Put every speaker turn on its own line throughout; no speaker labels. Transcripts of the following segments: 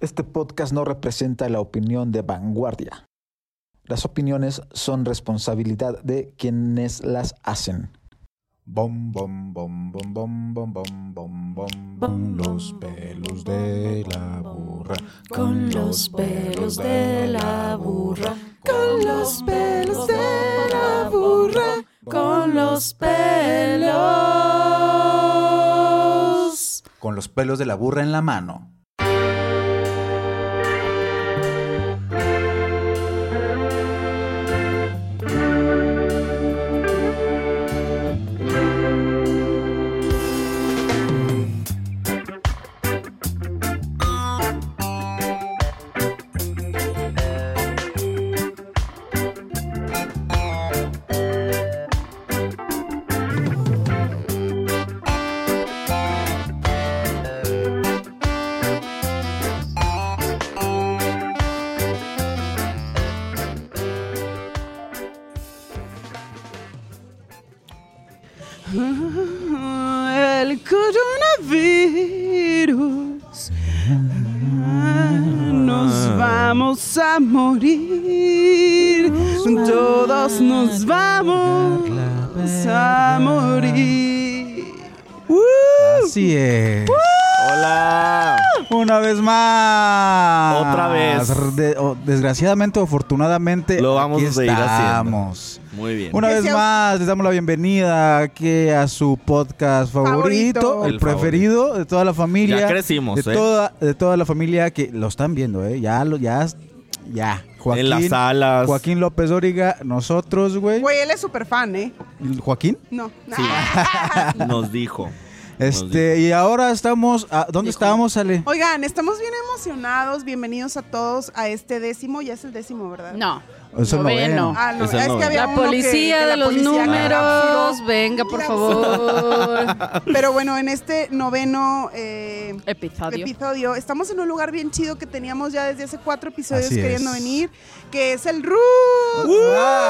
Este podcast no representa la opinión de vanguardia. Las opiniones son responsabilidad de quienes las hacen.
Bom, bom, bom, bom, bom, bom, bom, bom, bom, con los pelos de la burra,
Con los pelos de la burra, con los pelos de la burra, con los pelos.
con los pelos de la burra en la mano.
El coronavirus. Nos vamos a morir. Todos nos vamos a morir.
Uh,
Así es.
Hola.
Una vez más.
Otra vez.
De- o- desgraciadamente o afortunadamente.
Lo vamos
aquí
a seguir
estamos.
Muy bien.
Una
Que
vez
sea-
más, les damos la bienvenida aquí a su podcast favorito,
Favorito.
el,
El
preferido de toda la familia.
Ya crecimos,
de
¿eh?
toda de toda la familia que lo están viendo, eh. Ya lo ya ya. Joaquín,
en las salas.
Joaquín López Dóriga, nosotros, güey.
Güey, él es súper fan, ¿eh?
Joaquín.
No. Ah.
Sí. Nos dijo.
Este, y ahora estamos a- ¿dónde estábamos, Ale?
Oigan, estamos bien emocionados. Bienvenidos a todos a este décimo. Ya es el décimo, ¿verdad?
No.
Eso no
noveno.
no.
Ah, no.
Es
Es,
el noveno.
que había
La
uno que-
policía
que
de
la
los
policía que era
números.
puro-
Venga, por
Ya.
favor.
Pero bueno, en este noveno eh,
Episodio.
episodio estamos en un lugar bien chido que teníamos ya desde hace cuatro episodios
Así
queriendo
es.
venir, que es el RU.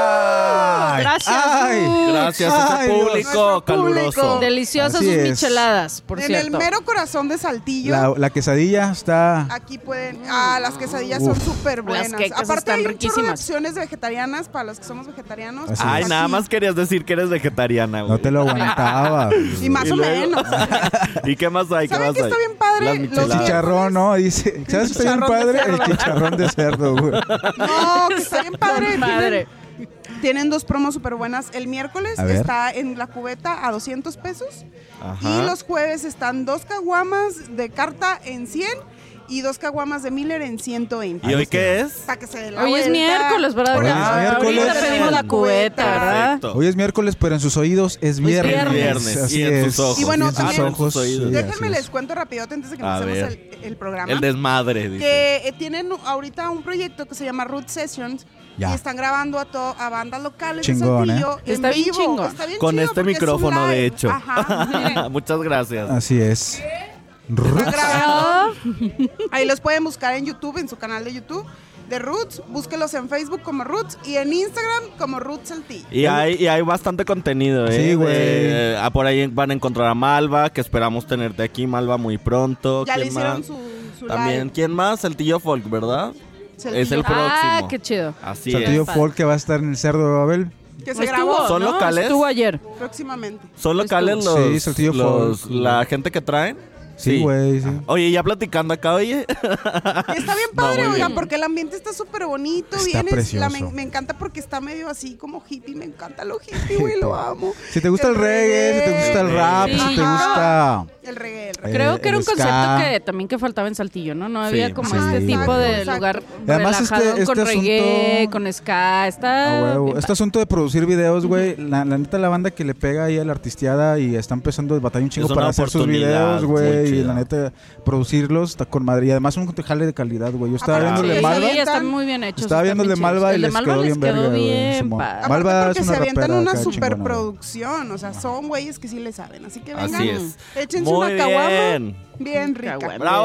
¡Ay!
Gracias,
¡Ay!
Ruth.
Gracias a
Ay,
ese
Dios.
público
Nuestro público.
caluroso.
Deliciosas
Así
sus
es.
micheladas, por
en
cierto.
el mero corazón de Saltillo.
La, la quesadilla está
Aquí pueden. Ah, las quesadillas
Uf.
son súper buenas.
Las quecas
Aparte,
están
hay un chorro de
riquísimas.
opciones vegetarianas para los que somos vegetarianos.
Así
Ay,
es.
nada
Aquí.
más querías decir que eres vegetariana, güey.
no te lo aguantaba.
Y más
Y
o
luego-
menos.
¿Y qué más hay? ¿Qué
¿Saben
más
qué
hay?
está bien padre?
Las
Los
micheladas.
Chicharrón, ¿no? Dice, ¿sabes qué está bien
Chicharrón de
padre? El
cerdo.
chicharrón de cerdo, güey.
No, que está bien padre.
Madre.
Tienen, tienen dos promos súper buenas. El miércoles
A ver.
está en la cubeta a 200 pesos.
Ajá.
Y los jueves están dos caguamas de carta en 100 y dos caguamas de Miller en 120.
¿Y hoy qué es?
Para que se dé la
Hoy es
vuelta.
miércoles, ¿verdad?
Hoy es
Ah, Ahorita
miércoles.
pedimos la cubeta, ¿verdad?
Perfecto.
Hoy es miércoles, pero en sus oídos es viernes.
viernes.
Viernes,
Así
y en sus
es.
ojos.
Y bueno,
en sus
también-
ojos. sí, así
Déjenme
es.
les cuento rapidote antes de que
A
empecemos
ver.
el, el programa.
El desmadre, dice.
que eh, tienen ahorita un proyecto que se llama Root Sessions
Ya.
y están grabando a, to- a bandas locales
Chingón,
de Saltillo en
Está bien
vivo.
chingón.
Está bien
¿eh? Con
chido
este
porque es un
micrófono, de
live.
hecho.
Ajá, miren,
Muchas gracias.
Así es.
están grabando.
Ah,
Ahí los pueden buscar en YouTube, en su canal de YouTube de Roots. Búsquelos en Facebook como Roots y en Instagram como Roots Saltillo.
Y hay, y hay bastante contenido, ¿eh?
Sí, güey.
Eh, ah, por ahí van a encontrar a Malva, que esperamos tenerte aquí, Malva, muy pronto.
Ya le
¿Quién
hicieron
más?
su, su
También,
live.
¿quién más? El tío Folk, ¿verdad?
Saltillo.
es el pro-
Ah,
Próximo.
qué chido.
Así
Saltillo
es.
Folk que va a estar en el cerdo de Babel.
que se
Estuvo,
grabó
¿Son
¿no?
locales?
Estuvo ayer.
próximamente.
¿Son locales
Estuvo. Sí,
los,
Saltillo
los-
Folk.
la gente que traen?
Sí, güey. sí.
Oye, ya platicando acá, oye.
Y está bien
No,
padre,
muy
oigan,
bien.
porque el ambiente está súper bonito.
Está
vienes, la me,
precioso.
me encanta porque está medio así como hippie. Me encanta lo hippie, güey, lo amo.
Si te gusta el reggae, si te gusta el rap,
Sí.
si te
Ajá.
gusta...
El reggae, el reggae.
Eh,
Creo que era
el
un concepto
ska.
que también que faltaba en Saltillo, ¿no? No
Sí,
había como
sí.
este
Exacto,
tipo de
exacto.
lugar
Y además este-
relajado con
este
reggae,
asunto-
con ska, está
A huevo.
Ah, bien
Este asunto de producir videos, güey, la, la neta la banda que le pega ahí a la artisteada y está empezando a batallar un chingo
Es una
para hacer sus
oportunidad
videos, güey,
muy
y
chida.
la neta producirlos está con Madrid. Y además un jale de calidad, güey. Yo estaba
Aparte,
padre.
viéndole
Ah, Sí,
Malva,
sí, está muy bien hecho.
estaba viéndole Malva y les quedó bien verga, güey, Simón.
padre.
Malva
Aparte porque
es una
se avientan
rapera
una
acá chingona, güey.
superproducción, o sea, son güeyes que sí le saben, así que vengan,
Así es.
échense
Muy
una caguama.
bien.
bien rica.
¡Bravo!
Bravo,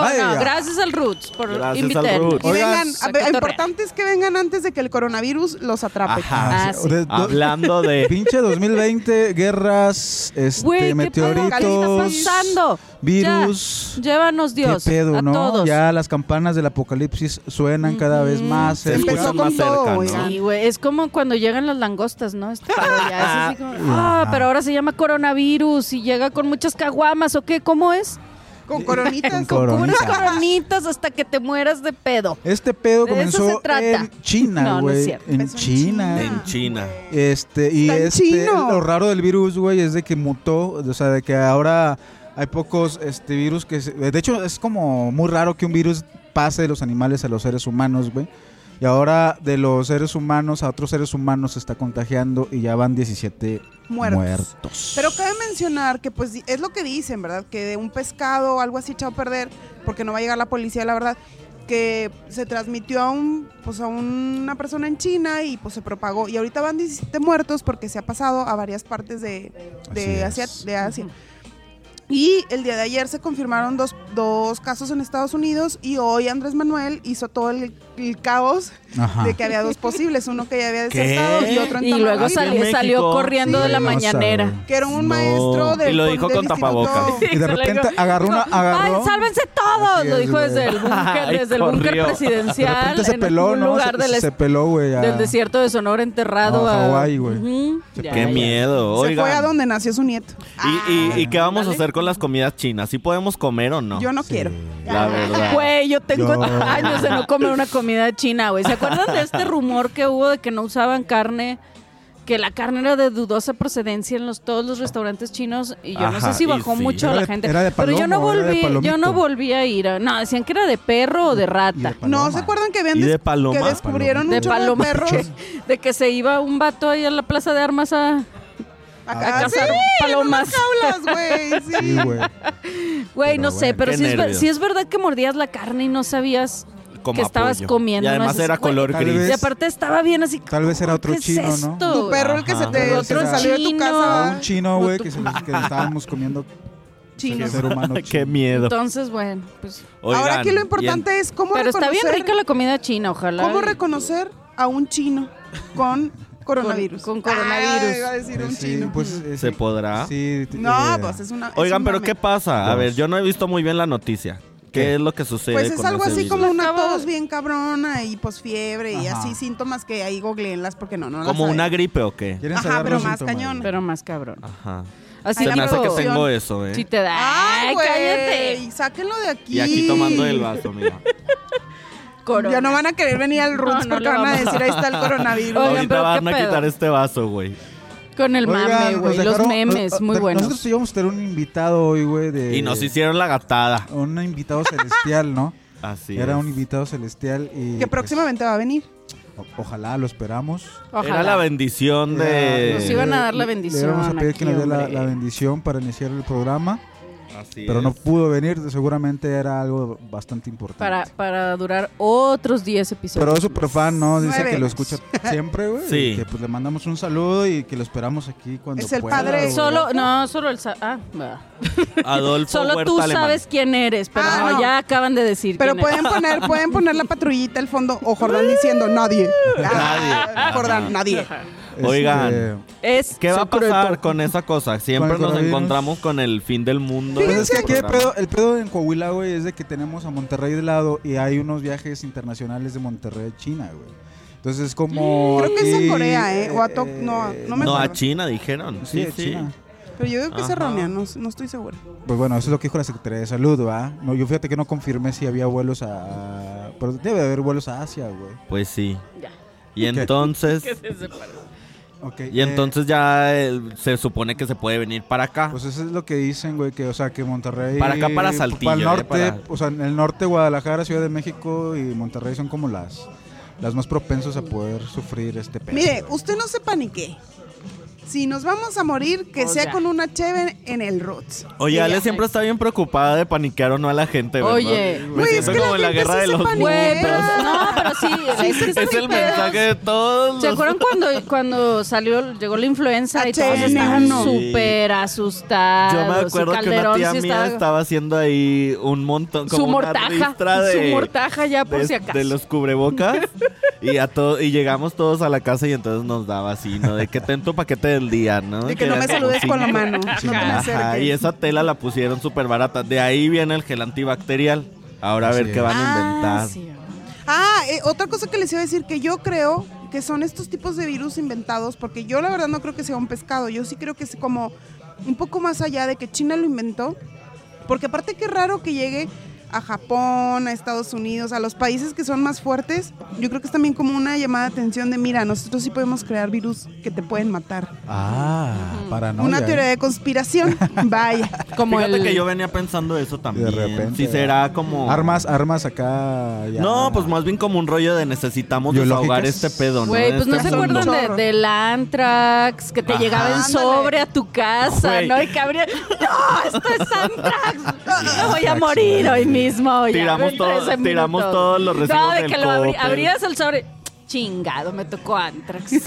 no,
Ay,
Ah, gracias al Roots por
Gracias
invitarme.
al Roots.
Y
Oigan,
vengan,
a
a ver,
cotorrear.
importante es que vengan antes de que el coronavirus los atrape.
Ajá.
Ah, sí.
De- do-
Hablando de...
Pinche 2020, guerras, este,
Güey, ¿qué pedo?
meteoritos,
¿Qué está pasando?
virus.
Llévanos Dios
¿Qué pedo,
a
no?
todos.
Ya las campanas del apocalipsis suenan cada vez más. eh.
Se
el-
escucha
Empezó
más
con todo,
cerca, ¿no?
oigan.
Sí, güey, es como cuando llegan las langostas, ¿no? Este pedo ya es así como, ah, pero ahora se llama coronavirus y llega con muchas caguamas, ¿o qué? ¿Cómo es?
Con coronitas.
Con
Con
Coronita.
unas coronitas hasta que te mueras de pedo.
Este pedo
De eso se
comenzó
trata.
en
No,
China,
no es
güey.
cierto.
en
Empezó en
China.
En China.
Eh,
Este, y
Tan
este,
chino.
lo raro del virus, güey, es de que mutó, o sea, de que ahora hay pocos este virus que se- de hecho es como muy raro que un virus pase de los animales a los seres humanos, güey. Y ahora de los seres humanos a otros seres humanos se está contagiando y ya van 17
Muertos.
muertos.
Pero cabe mencionar que pues di- es lo que dicen, ¿verdad? Que de un pescado o algo así echado a perder, porque no va a llegar la policía, la verdad, que se transmitió a un pues a una persona en China y pues se propagó y ahorita van 17 muertos porque se ha pasado a varias partes de, de
Así
Asia,
es.
de Asia. Y el día de ayer se confirmaron dos, dos casos en Estados Unidos y hoy Andrés Manuel hizo todo el, el caos
Ajá.
de que había dos posibles, uno que ya había desertado y otro en
Y luego
Tamaulipas.
salió
salió,
en
salió
México.
corriendo de la
Sí.
mañanera.
Que era un
No.
maestro de
Y lo dijo con tapabocas.
Y de repente agarró una agarró
¡Ay, sálvense todos!
Así
Lo
es,
dijo
güey.
desde el búnker,
Ay,
desde el búnker
corrió.
de
presidencial
repente se
en
peló,
un
¿no?
lugar
se,
del,
se
est-
peló, güey, a-
del desierto de Sonora enterrado
A
a,
Hawái, güey.
Ujú, ya,
¡Qué
ya.
miedo!
Se fue a
Oigan,
donde nació su nieto.
¿y, y, y qué vamos a
Dale.
hacer con las comidas chinas? ¿Sí podemos comer o no?
Yo no Ah, pues, quiero.
La verdad.
Güey, yo tengo
Yo-
años de no comer una comida china, güey. ¿Se acuerdan de este rumor que hubo de que no usaban carne? Que la carne era de dudosa procedencia en los, todos los restaurantes chinos y yo no sé
Ajá,
si
y
bajó
sí.
mucho
Era
la
de-
gente.
era de
pero yo no
palomo, era de
volví, yo no
palomito.
volví a ir. a- no, decían que era de perro o de
y de
rata.
paloma.
No se acuerdan que habían
¿Y de
des-
paloma?
que descubrieron
De
un chorro
paloma.
de perros
De que se iba un vato ahí a la plaza de armas a,
a
a
cazar
cazar palomas.
jaulas, Ah, güey.
Sí,
Sí.
güey.
Güey, no
Pero
sé,
bueno,
pero
qué
sí es, ver-
nervios.
sí es verdad que mordías la carne y no sabías
Como
que estabas
apoyo.
comiendo,
Y
¿no?
además
Así,
era
güey,
color
tal
gris.
vez-
Y aparte estaba bien así.
Tal vez era otro
¿qué es
chino, ¿no?
esto,
Tu
güey?
perro el que se te,
Otro
se te salió de tu
chino.
casa.
A
¿va?
un chino, güey, que, se- que estábamos comiendo
Chino.
ser humano
¡Qué
chino.
miedo!
Entonces, bueno, pues.
Oigan,
Ahora aquí lo importante es cómo
Pero está
reconocer,
bien rica la comida china, ojalá.
cómo
y-
reconocer a un chino con coronavirus.
con coronavirus.
Ah, iba a decir un
Sí,
chino.
pues, eh,
bien. ¿Se
sí.
podrá?
Sí, t-
no,
eh,
pues es una es
Oigan,
un
pero
mame.
¿qué pasa? A
Dos.
ver, yo no he visto muy bien la noticia. ¿Qué,
¿Qué?
es lo que sucede
Pues es
con
algo
ese
así
virus?
como una
Acaba-
tos bien cabrona y pues fiebre y
Ajá.
así síntomas que ahí googleenlas porque no, no las
¿Como
sabemos.
una gripe o qué?
¿quieren
Ajá,
saber
pero
los
más
síntomas?
cañón.
Pero más cabrón.
Ajá.
Así
Ah, Se
la
me hace que
tipo,
tengo eso, ¿eh?
Si te da.
Ay,
¡Ay,
Ah, güey,
cállate!
Sáquenlo de aquí.
Y aquí tomando el vaso, mira.
Corona.
Ya no van a querer venir al Roots
No, no
porque
le
van a
vamos.
decir ahí está el coronavirus.
Oigan,
Ahorita
pero
van
¿qué
a
pedo?
quitar este vaso, güey.
Con el mame,
Oigan, nos
güey. Los
dejaron-
memes,
eh,
muy
eh,
buenos.
Nosotros íbamos a tener un invitado hoy, güey, de...
Y nos hicieron la gatada.
Un invitado celestial, ¿no?
Así
Era
es.
un invitado celestial y...
que
pues,
próximamente va a venir.
o- ojalá, lo esperamos.
Era la
Ojalá.
bendición
Era-
de...
Nos iban a dar la
le-
bendición
Le vamos a pedir
aquí,
que nos dé la,
hombre.
la bendición para iniciar el programa,
Así
pero no
es.
pudo venir, seguramente era algo bastante importante.
Para, para durar otros 10 episodios.
Pero es súper fan, ¿no? Dice
Nueve.
que lo escucha siempre, güey.
Sí.
y Que pues le mandamos un saludo y que lo esperamos aquí cuando
Es el
pueda,
padre.
güey.
Solo, no, solo el. sa- Ah, va.
Adolfo
Solo
Huerta
tú
Alemán.
sabes quién eres, pero
Ah,
no,
no.
ya acaban de decir.
Pero
quién eres.
pueden poner, pueden poner la patrullita al fondo o Jordán diciendo nadie. Ah,
Nadie.
Jordán, nadie.
Este,
Oigan.
Es.
¿Qué va a
Soy cruel,
pasar
pero-
con esa cosa? Siempre nos
coronavirus.
encontramos con el fin del mundo.
Pues es que aquí el
Programa.
pedo, el pedo en Coahuila, güey, es de que tenemos a Monterrey de lado y hay unos viajes internacionales de Monterrey a China, güey. Entonces es como.
Mm, Creo que es a
aquí,
Corea, ¿eh? O a Tok- no, no me
No, a
acuerdo.
China dijeron. Sí,
Sí, a
sí.
China.
Pero yo digo que se
Ajá.
reunían, no, no estoy segura.
Pues bueno, eso es lo que dijo la Secretaría de Salud, ¿va? No, yo fíjate que no confirmé si había vuelos a. Pero debe de haber vuelos a Asia, güey.
Pues sí.
Ya.
Y entonces,
Ok,
y
eh,
entonces ya eh, se supone que se puede venir para acá.
Pues eso es lo que dicen, güey, que, o sea, que Monterrey... pues,
Para acá, para Saltillo,
Para el
eh,
norte,
para-
o sea, en el norte, Guadalajara, Ciudad de México y Monterrey son como las, las más propensos a poder sufrir este pedo.
Mire, usted no se panique. si nos vamos a morir, que
O
sea
sea.
con una cheve en el Roots.
Oye,
Sí,
Ale
ya.
siempre está bien preocupada de paniquear o no a la gente, ¿verdad?
Oye.
Me
Güey, es
siento
que la
como en la
gente
guerra
sí
de
se
los
paniquea.
Güey, pero
Mira.
no, pero sí. Es, que
Es
sí pedos.
el mensaje de todos.
¿Se
los-
acuerdan cuando, cuando salió, llegó la influenza y todos
HN1?
estaban
Sí.
súper asustados?
Yo me
y
acuerdo que una
Calderón
tía
sí
mía estaba haciendo ahí un montón, como
su
una
mortaja,
ristra de,
su mortaja ya por
de-
si acaso.
de los cubrebocas y a todo y llegamos todos a la casa y entonces nos daba así, ¿no? De que ten tu paquete del día, ¿no?
De que no
era
me
como
saludes con la
cinco.
mano. No te me
Ajá, y
acerques.
esa tela la pusieron súper barata. De ahí viene el gel antibacterial. Ahora a
Así
ver qué
es.
van a
Ah,
inventar.
sí.
Ah, eh, otra cosa que les iba a decir que yo creo que son estos tipos de virus inventados, porque yo la verdad no creo que sea un pescado, yo sí creo que es como un poco más allá de que China lo inventó, porque aparte que raro que llegue a Japón, a Estados Unidos, a los países que son más fuertes, yo creo que es también como una llamada de atención de, mira, nosotros sí podemos crear virus que te pueden matar.
Ah, para no.
una teoría de conspiración, vaya.
Como
Fíjate
el-
que yo venía pensando eso también.
repente,
si será como
Armas, armas acá. ya.
No, pues más bien como un rollo de necesitamos
Biológicas.
desahogar este pedo, ¿no?
Güey, pues no
Este
se
mundo.
acuerdan de-
Chorro.
del Antrax, que te
Ajá.
llegaba en
Ándale.
sobre a tu casa,
Güey.
¿no? Y que abría, ¡no, esto es Antrax! ¡Me voy a morir hoy mismo! ya,
Tiramos
en
todo-
13
tiramos
minutos".
todos los
No,
recibos
de
del
que lo abrí-
Coppel.
abrías el sobre, chingado, me tocó Antrax. Ya,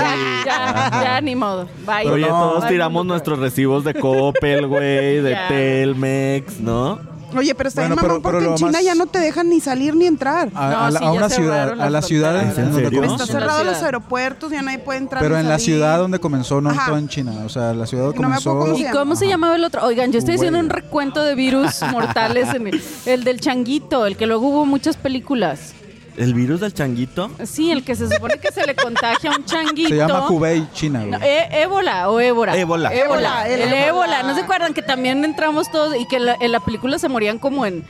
ya, ya, ni modo. Bye.
Oye,
No,
todos
bye,
tiramos
mundo.
nuestros recibos de Coppel, güey, de
Ya.
Telmex, ¿no?
Oye, pero está
Bueno,
bien mamón
pero- pero
porque en
lo
China
más-
ya no te dejan ni salir ni entrar.
A,
No,
a la-
sí, ya
a
cerraron
una ciudad, a
las
la ciudad
fronteras.
¿En
donde
serio?
comenzó.
Está
en la
cerrado los
ciudad.
aeropuertos, ya nadie puede entrar.
Pero
ni
en la
salir.
ciudad donde comenzó, no en
Ajá.
todo en China. O sea, la ciudad donde
No me
comenzó.
acuerdo cómo
¿Y
se
cómo se
Ajá.
llamaba el otro? Oigan, yo estoy haciendo
Güey.
un recuento de virus mortales. En el, el del changuito, el que luego hubo muchas películas.
¿El virus del changuito?
Sí, el que se supone que se le contagia a un changuito.
Se llama Hubei, China, güey.
No, e- ébola o ébora.
Ébola.
Ébola.
Ébola, el
El ébola.
ébola.
¿No se acuerdan que también entramos todos y que la- en la película se morían como en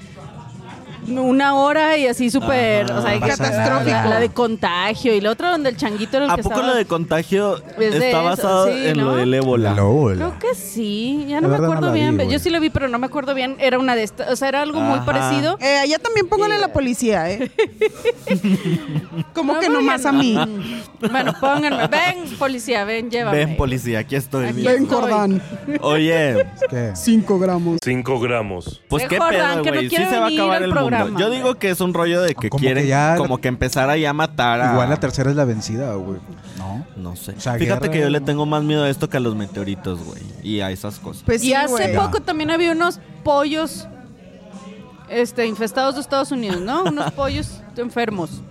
una hora y así súper,
Ajá.
o sea,
No pasa
catastrófico.
nada.
La de contagio y la otra donde el changuito era el
¿A
que
poco
estaba-
lo de contagio
Es de
está
eso,
basado
sí,
en
¿no?
lo del ébola?
Creo que sí, ya
La
no me
verdad no
acuerdo
la vi,
bien.
güey.
Yo sí lo vi, pero no me acuerdo bien. Era una de estas, o sea, era algo muy
Ajá.
parecido.
Eh, allá también pónganle a la policía, ¿eh? Como que
pero
nomás
ya
a mí.
no. Bueno, pónganme. Ven, policía, ven, llévame.
Ven, policía, aquí estoy.
Aquí
mira.
estoy.
Ven, Cordán.
Oye,
¿Qué?
5 gramos.
5 gramos.
pues
Ve,
qué
Jordan,
pedo,
que no
güey. Sí
quiere
se va a
venir
acabar
al
el
programa,
mundo. Yo
güey.
digo que es un rollo de que
Como que
quieren
ya-
como que empezara ya a matar a...
Igual la tercera es la vencida, güey. No.
No sé.
O sea,
Fíjate
guerra,
que yo le
¿no?
tengo más miedo a esto que a los meteoritos, güey. Y a esas cosas.
Pues
Y
sí,
hace
güey.
poco también había unos pollos este, infestados de Estados Unidos, ¿no? unos pollos enfermos.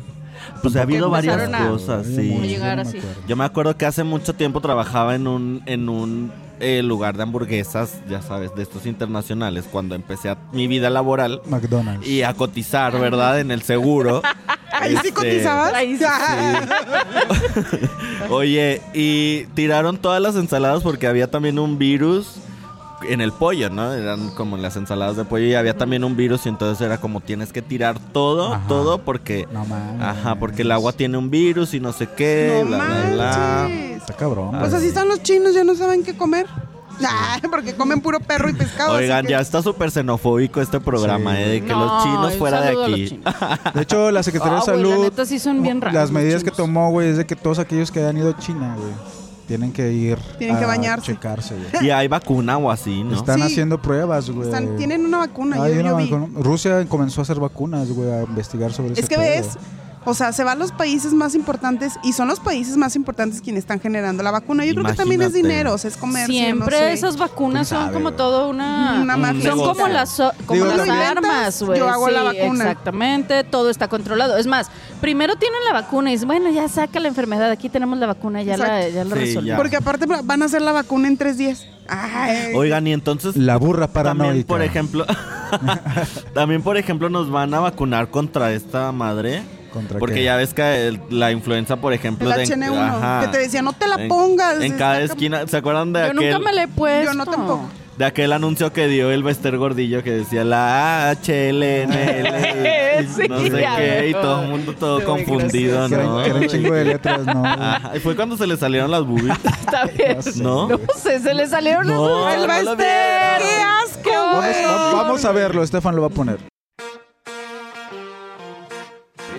Pues ha habido varias
empezaron a-
cosas,
Ay,
sí.
amor,
Llegar
yo no me
así.
acuerdo.
Yo me acuerdo que hace mucho tiempo trabajaba en un, en un eh, lugar de hamburguesas, ya sabes, de estos internacionales, cuando empecé a- mi vida laboral
McDonald's.
y a cotizar, ¿verdad? En el seguro.
Ahí sí
Este,
cotizabas.
Ahí sí.
Oye, y tiraron todas las ensaladas porque había también un virus en el pollo, ¿no? Eran como en las ensaladas de pollo y había también un virus y entonces era como tienes que tirar todo,
Ajá.
todo porque...
No mames.
Ajá, porque el agua tiene un virus y no sé qué,
No
bla, bla, bla.
manches.
Está cabrón.
Pues
güey.
así están los chinos, ya no saben qué comer. Ah, porque comen puro perro y pescado. así
Oigan,
que-
ya está súper xenofóbico este programa,
Sí.
¿eh? De que
No,
los chinos
un
fuera de
saludo a los
aquí.
chinos.
De hecho, la Secretaría de
Ah, güey, la
Salud.
neta sí son bien
mo-
raros
las
los
medidas que
chinos.
tomó, güey, es de que todos aquellos que hayan ido a China, güey, tienen que ir.
Tienen que
a
bañarse.
Checarse, güey.
Y hay vacuna o así, ¿no?
Están
Sí.
haciendo pruebas, güey. Ah,
Están- tienen una vacuna,
Hay
yo,
una
yo vi.
vacuna. Rusia comenzó a hacer vacunas, güey, a investigar sobre
Es que ves, o sea, se van los países más importantes y son los países más importantes quienes están generando la vacuna. Yo creo que también es
Imagínate.
dinero, o sea, es comercio.
Siempre
no sé.
esas vacunas son
¿Quién sabe,
como
güey?
todo una...
Una
Un
mafia.
Son como las, so- como
Digo,
las
también-
armas, güey.
Yo hago
Sí,
la vacuna.
Exactamente, todo está controlado. Es más, primero tienen la vacuna y dicen, bueno, ya saca la enfermedad, aquí tenemos la vacuna, ya, la,
Exacto.
ya lo
Sí,
resolvimos.
ya.
Porque aparte van a hacer la vacuna en tres días. Ay.
Oigan, y entonces
La burra paranoica.
también, por ejemplo, también, por ejemplo, nos van a vacunar contra esta madre.
¿Contra
Porque
qué?
ya ves que el- la influenza, por ejemplo,
El
de-
HN1,
ajá.
que te decía, no te la
En-
pongas.
En,
está
cada
cab-
esquina, ¿se acuerdan de
Yo nunca
aquel,
me la he puesto.
Yo no tampoco.
de aquel anuncio que dio el Bester Gordillo que decía la HLNL?
Sí,
no sé
ya
qué, y
veo.
todo el mundo todo
Qué
confundido,
Que
¿no? Ah.
era- que era un chingo de letras, ¿no? güey?
Ajá, y fue cuando se le salieron las boobies.
Está bien.
No sé,
¿No?
No
güey.
sé, se le salieron
No,
esos-
no
¡El
lo
Bester!
vieron.
¡Qué asco,
Vamos,
güey!
va- vamos a verlo, Estefan lo va a poner.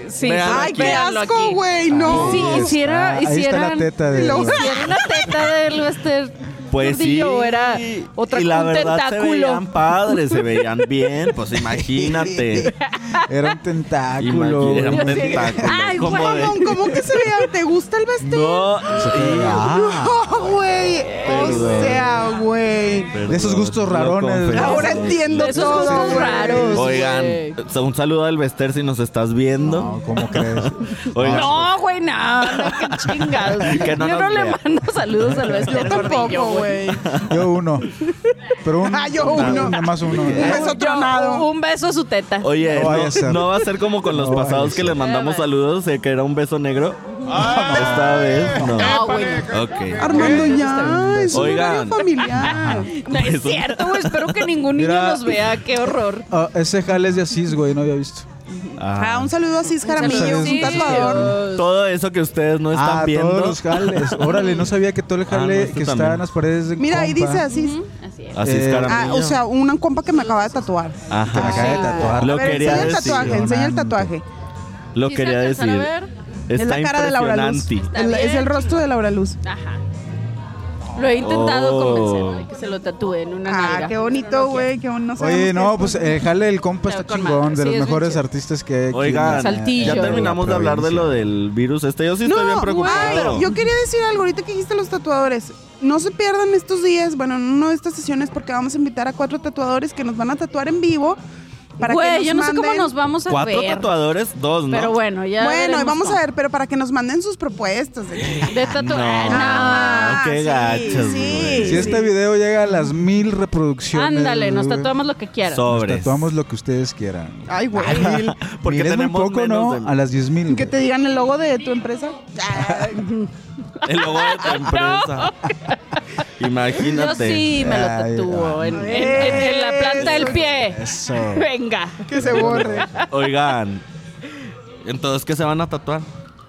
Sí,
Véanlo
Ay,
aquí.
qué
véanlo
asco,
aquí.
güey, no.
Sí,
Ahí
hiciera-
está, ahí está la
hicieran-
teta de.
Lo-
Si era una teta del Lester
Pues sí.
Gordillo, era otra
y la
un
verdad se
tentáculo.
veían padres, se veían bien, pues imagínate.
Era un tentáculo.
Imagínate, era un
güey.
tentáculo.
Ay,
Como
guau,
de-
Mamón, ¿Cómo que se veía? ¿Te gusta el vestido?
No, sí,
Ah,
No, güey. O
Perdón.
sea, güey.
perdón,
De esos gustos
lo
rarones.
confieso.
Ahora entiendo
De esos
todo.
gustos
güey.
raros.
Oigan, un saludo al Bester si nos estás viendo.
no, ¿cómo crees?
Oigan,
No, güey, no, no, qué chingados.
Que no
Yo no
nos
le
vea.
mando saludos al Lester
Yo tampoco,
Gordillo, güey.
güey.
Yo uno. Pero un,
Ah, yo uno.
Nada más uno.
Un beso
Yo,
tronado.
Un beso a su teta.
Oye,
No
no,
vaya a ser.
no va a ser como con los
No vaya a
pasados que
ser.
le mandamos saludos, eh, que era un beso negro.
Ah.
Esta vez no.
No, güey. no.
Ok.
Armando ya. Es
Oigan.
un horario familiar.
No es cierto, güey. Espero que ningún niño
Mira.
nos vea. Qué horror.
Ah, ese jale es de Asís, güey, no había visto.
Ah, un saludo a Cis Jaramillo,
saludo.
un
Sí,
tatuador.
Dios.
Todo eso que ustedes no están
ah,
viendo.
todos los jales. Órale, no sabía que todo el
Ah, no,
jale
este
que
también.
está en las paredes de
Mira, ahí
compa.
dice así.
Así es.
Así es,
Eh,
Ah,
Caramillo.
o sea, una compa que me acaba de tatuar.
Que me Ah, acaba
Ajá.
de
Sí.
tatuar.
Lo
A ver,
quería
enseña el
decir.
tatuaje, enseña el tatuaje.
Lo
¿Sí se
quería
alcanzará
decir.
a ver?
Está
es la cara de Laura Luz.
impresionante.
Está
Es la- es
bien,
el rostro de Laura Luz.
Ajá. Lo he intentado
Oh.
convencer de que se lo tatúe en una
Ah,
nalga.
qué bonito, güey. Que no sabemos qué
Oye,
es,
no, pues el jale del compa
Pero
está
con
chingón,
madre,
de
sí,
los
es
mejores
bien
artistas que hay aquí en
Oigan,
la-
Saltillo.
ya
en la
terminamos de hablar de lo
provincia.
del virus este. Yo sí estoy bien preocupado.
ay, yo quería decir algo, ahorita que dijiste los tatuadores. No se pierdan estos días, bueno, en una de estas sesiones, porque vamos a invitar a cuatro tatuadores que nos van a tatuar en vivo. Para que
Güey,
nos
yo no sé cómo
manden-
nos vamos a
Cuatro
ver.
tatuadores, dos, ¿no?
Pero bueno, ya.
Bueno, y
veremos
vamos
cómo.
a ver, pero para que nos manden sus propuestas. de-
De tatu...
No.
Ay, no.
Ah,
qué
sí,
gachos,
sí.
güey.
Si este video llega a las mil reproducciones.
Ándale, nos
güey,
tatuamos lo que quieras.
nos
Sobres. Ah,
tatuamos lo que ustedes quieran.
Ay, güey.
Porque
Mil es muy
tenemos
poco,
menos
¿no?
de-
A las 10 mil.
Que te digan el logo de tu empresa.
El logo de tu empresa.
Yo
Imagínate.
sí me lo
Ay,
tatúo en, en- en- en la planta del pie.
Eso.
Venga.
que se borre.
Oigan. Entonces, ¿qué se van a tatuar?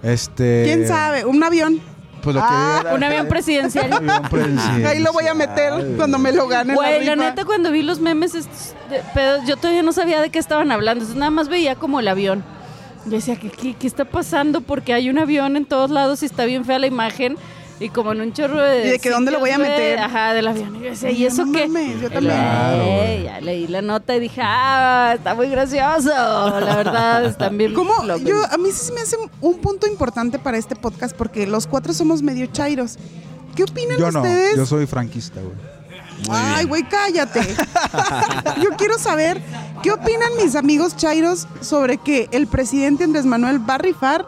Este.
¿Quién sabe? Un avión.
Pues lo que
Ah,
diga la-
Un avión presidencial.
avión presidencial.
Ahí lo voy a meter cuando me lo gane. en la
Güey, la
rifa.
neta, cuando vi los memes, estos de pedos, yo todavía no sabía de qué estaban hablando. Entonces, nada más veía como el avión. Yo decía, ¿qué, qué, qué está pasando? Porque hay un avión en todos lados y está bien fea la imagen. Y como en un chorro de.
¿Y de que dónde lo voy a
sitios, güey,
meter?
Ajá, del avión. Y yo decía, ¿y eso
No
qué?
mames, yo
Y
también.
Claro, güey.
leí, ya leí la nota y dije, ah, está muy gracioso. La verdad, están bien.
¿Cómo?
locos.
Yo, a mí sí se me hace un punto importante para este podcast porque los cuatro somos medio chairos. ¿Qué opinan
Yo no,
ustedes?
yo soy franquista, güey.
Ay, güey, cállate. yo quiero saber qué opinan mis amigos chairos sobre que el presidente Andrés Manuel va a rifar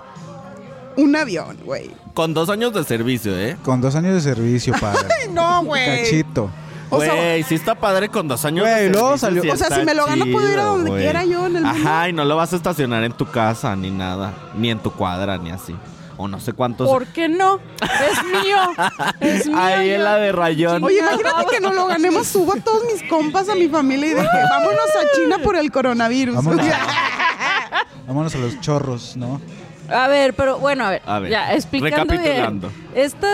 un avión, güey.
Con dos años de servicio, ¿eh?
Con dos años de servicio, padre.
No, güey.
Cachito.
O sea,
Güey, sí está padre con dos años
Güey,
de servicio,
luego salió-
sí
o sea,
está
si me lo gano, puedo ir a donde
güey.
quiera yo en el mundo.
Ajá, y no lo vas a estacionar en tu casa, ni nada. Ni en tu cuadra, ni así. O no sé cuántos...
¿Por qué no? Es mío. Es mío.
Ahí es
yo-
la de rayón.
Oye, imagínate que no lo ganemos, subo a todos mis compas a mi familia y dije, vámonos a China por el coronavirus.
Vámonos. Vámonos a los chorros, ¿no?
A ver, pero bueno, a ver.
A ver,
ya, explicando bien.
recapitulando.
Esta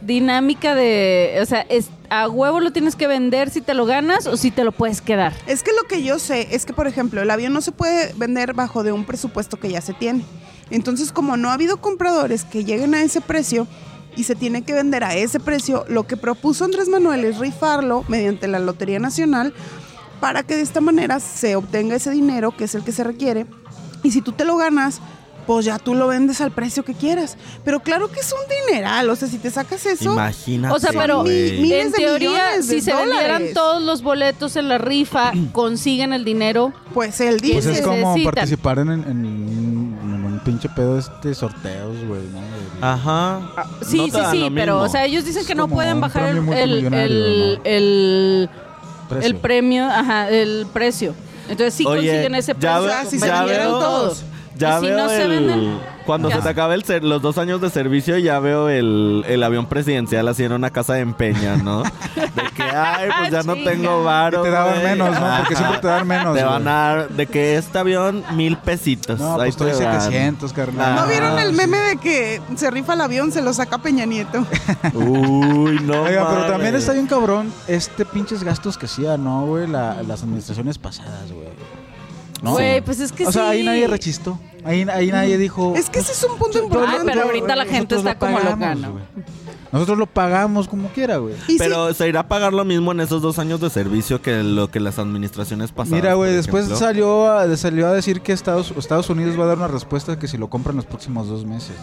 dinámica de, o sea, es, a huevo lo tienes que vender si te lo ganas o si te lo puedes quedar.
Es que lo que yo sé es que, por ejemplo, el avión no se puede vender bajo de un presupuesto que ya se tiene. Entonces, como no ha habido compradores que lleguen a ese precio y se tiene que vender a ese precio, lo que propuso Andrés Manuel es rifarlo mediante la Lotería Nacional para que de esta manera se obtenga ese dinero que es el que se requiere. Y si tú te lo ganas, pues ya tú lo vendes al precio que quieras. Pero claro que es un dineral, o sea, si te sacas eso...
Imagínate,
O sea, pero-
Ah, güey.
Mi- mi- Miles
en
de
teoría,
millones de
si se vendieran
dólares.
todos los boletos en la rifa, consiguen el dinero.
Pues él dice...
Pues es como
necesitan.
participar en, en- en un pinche pedo de este sorteos, güey, ¿no?
Ah,
De-
Ajá.
Sí,
No te
sí,
dan lo
sí, pero,
mismo.
o sea, ellos dicen
Es
que no
como
pueden
un
bajar el,
premio
el,
multimillonario,
el,
¿no?
el-
precio.
el premio, ajá, el precio. Entonces sí
Oye,
consiguen ese
ya
precio.
veo-
Ah, si se
vendieron
vendieran
todo.
todos.
Ya
Y si
veo
no se
el-
venden,
cuando
ya.
se te acabe el ser- los dos años de servicio, ya veo el, el avión presidencial así en una casa de empeña, ¿no? De que, ay, pues ya no
Ah, Chinga.
tengo varo.
Y te daban
güey.
menos, ¿no? Porque
Ajá.
siempre te dan menos.
Ah, Te
güey.
van a dar, de que este avión, mil pesitos.
No,
Ahí
pues estoy
te dan.
700, carnal.
Ah,
¿No vieron el
sí.
meme de que se rifa el avión, se lo saca Peña Nieto?
Uy, no.
Oiga, pero
mames.
también está bien cabrón este pinches gastos que hacía, ¿no, güey? La- las administraciones pasadas, güey.
Güey, pues es que
O sea,
sí. Mm.
ahí nadie rechistó. Ahí, ahí nadie dijo.
Es que ese es un punto
Ay,
importante.
pero ahorita la
Nosotros
gente está
lo
como loca,
pagamos,
¿no?
güey. Nosotros lo pagamos como quiera, güey.
Y sí,
Pero se irá a pagar lo mismo en esos dos años de servicio que lo que las administraciones pasadas.
Mira, güey,
por
después
ejemplo.
salió a, salió a decir que Estados, Estados Unidos va a dar una respuesta que si lo compran los próximos dos meses.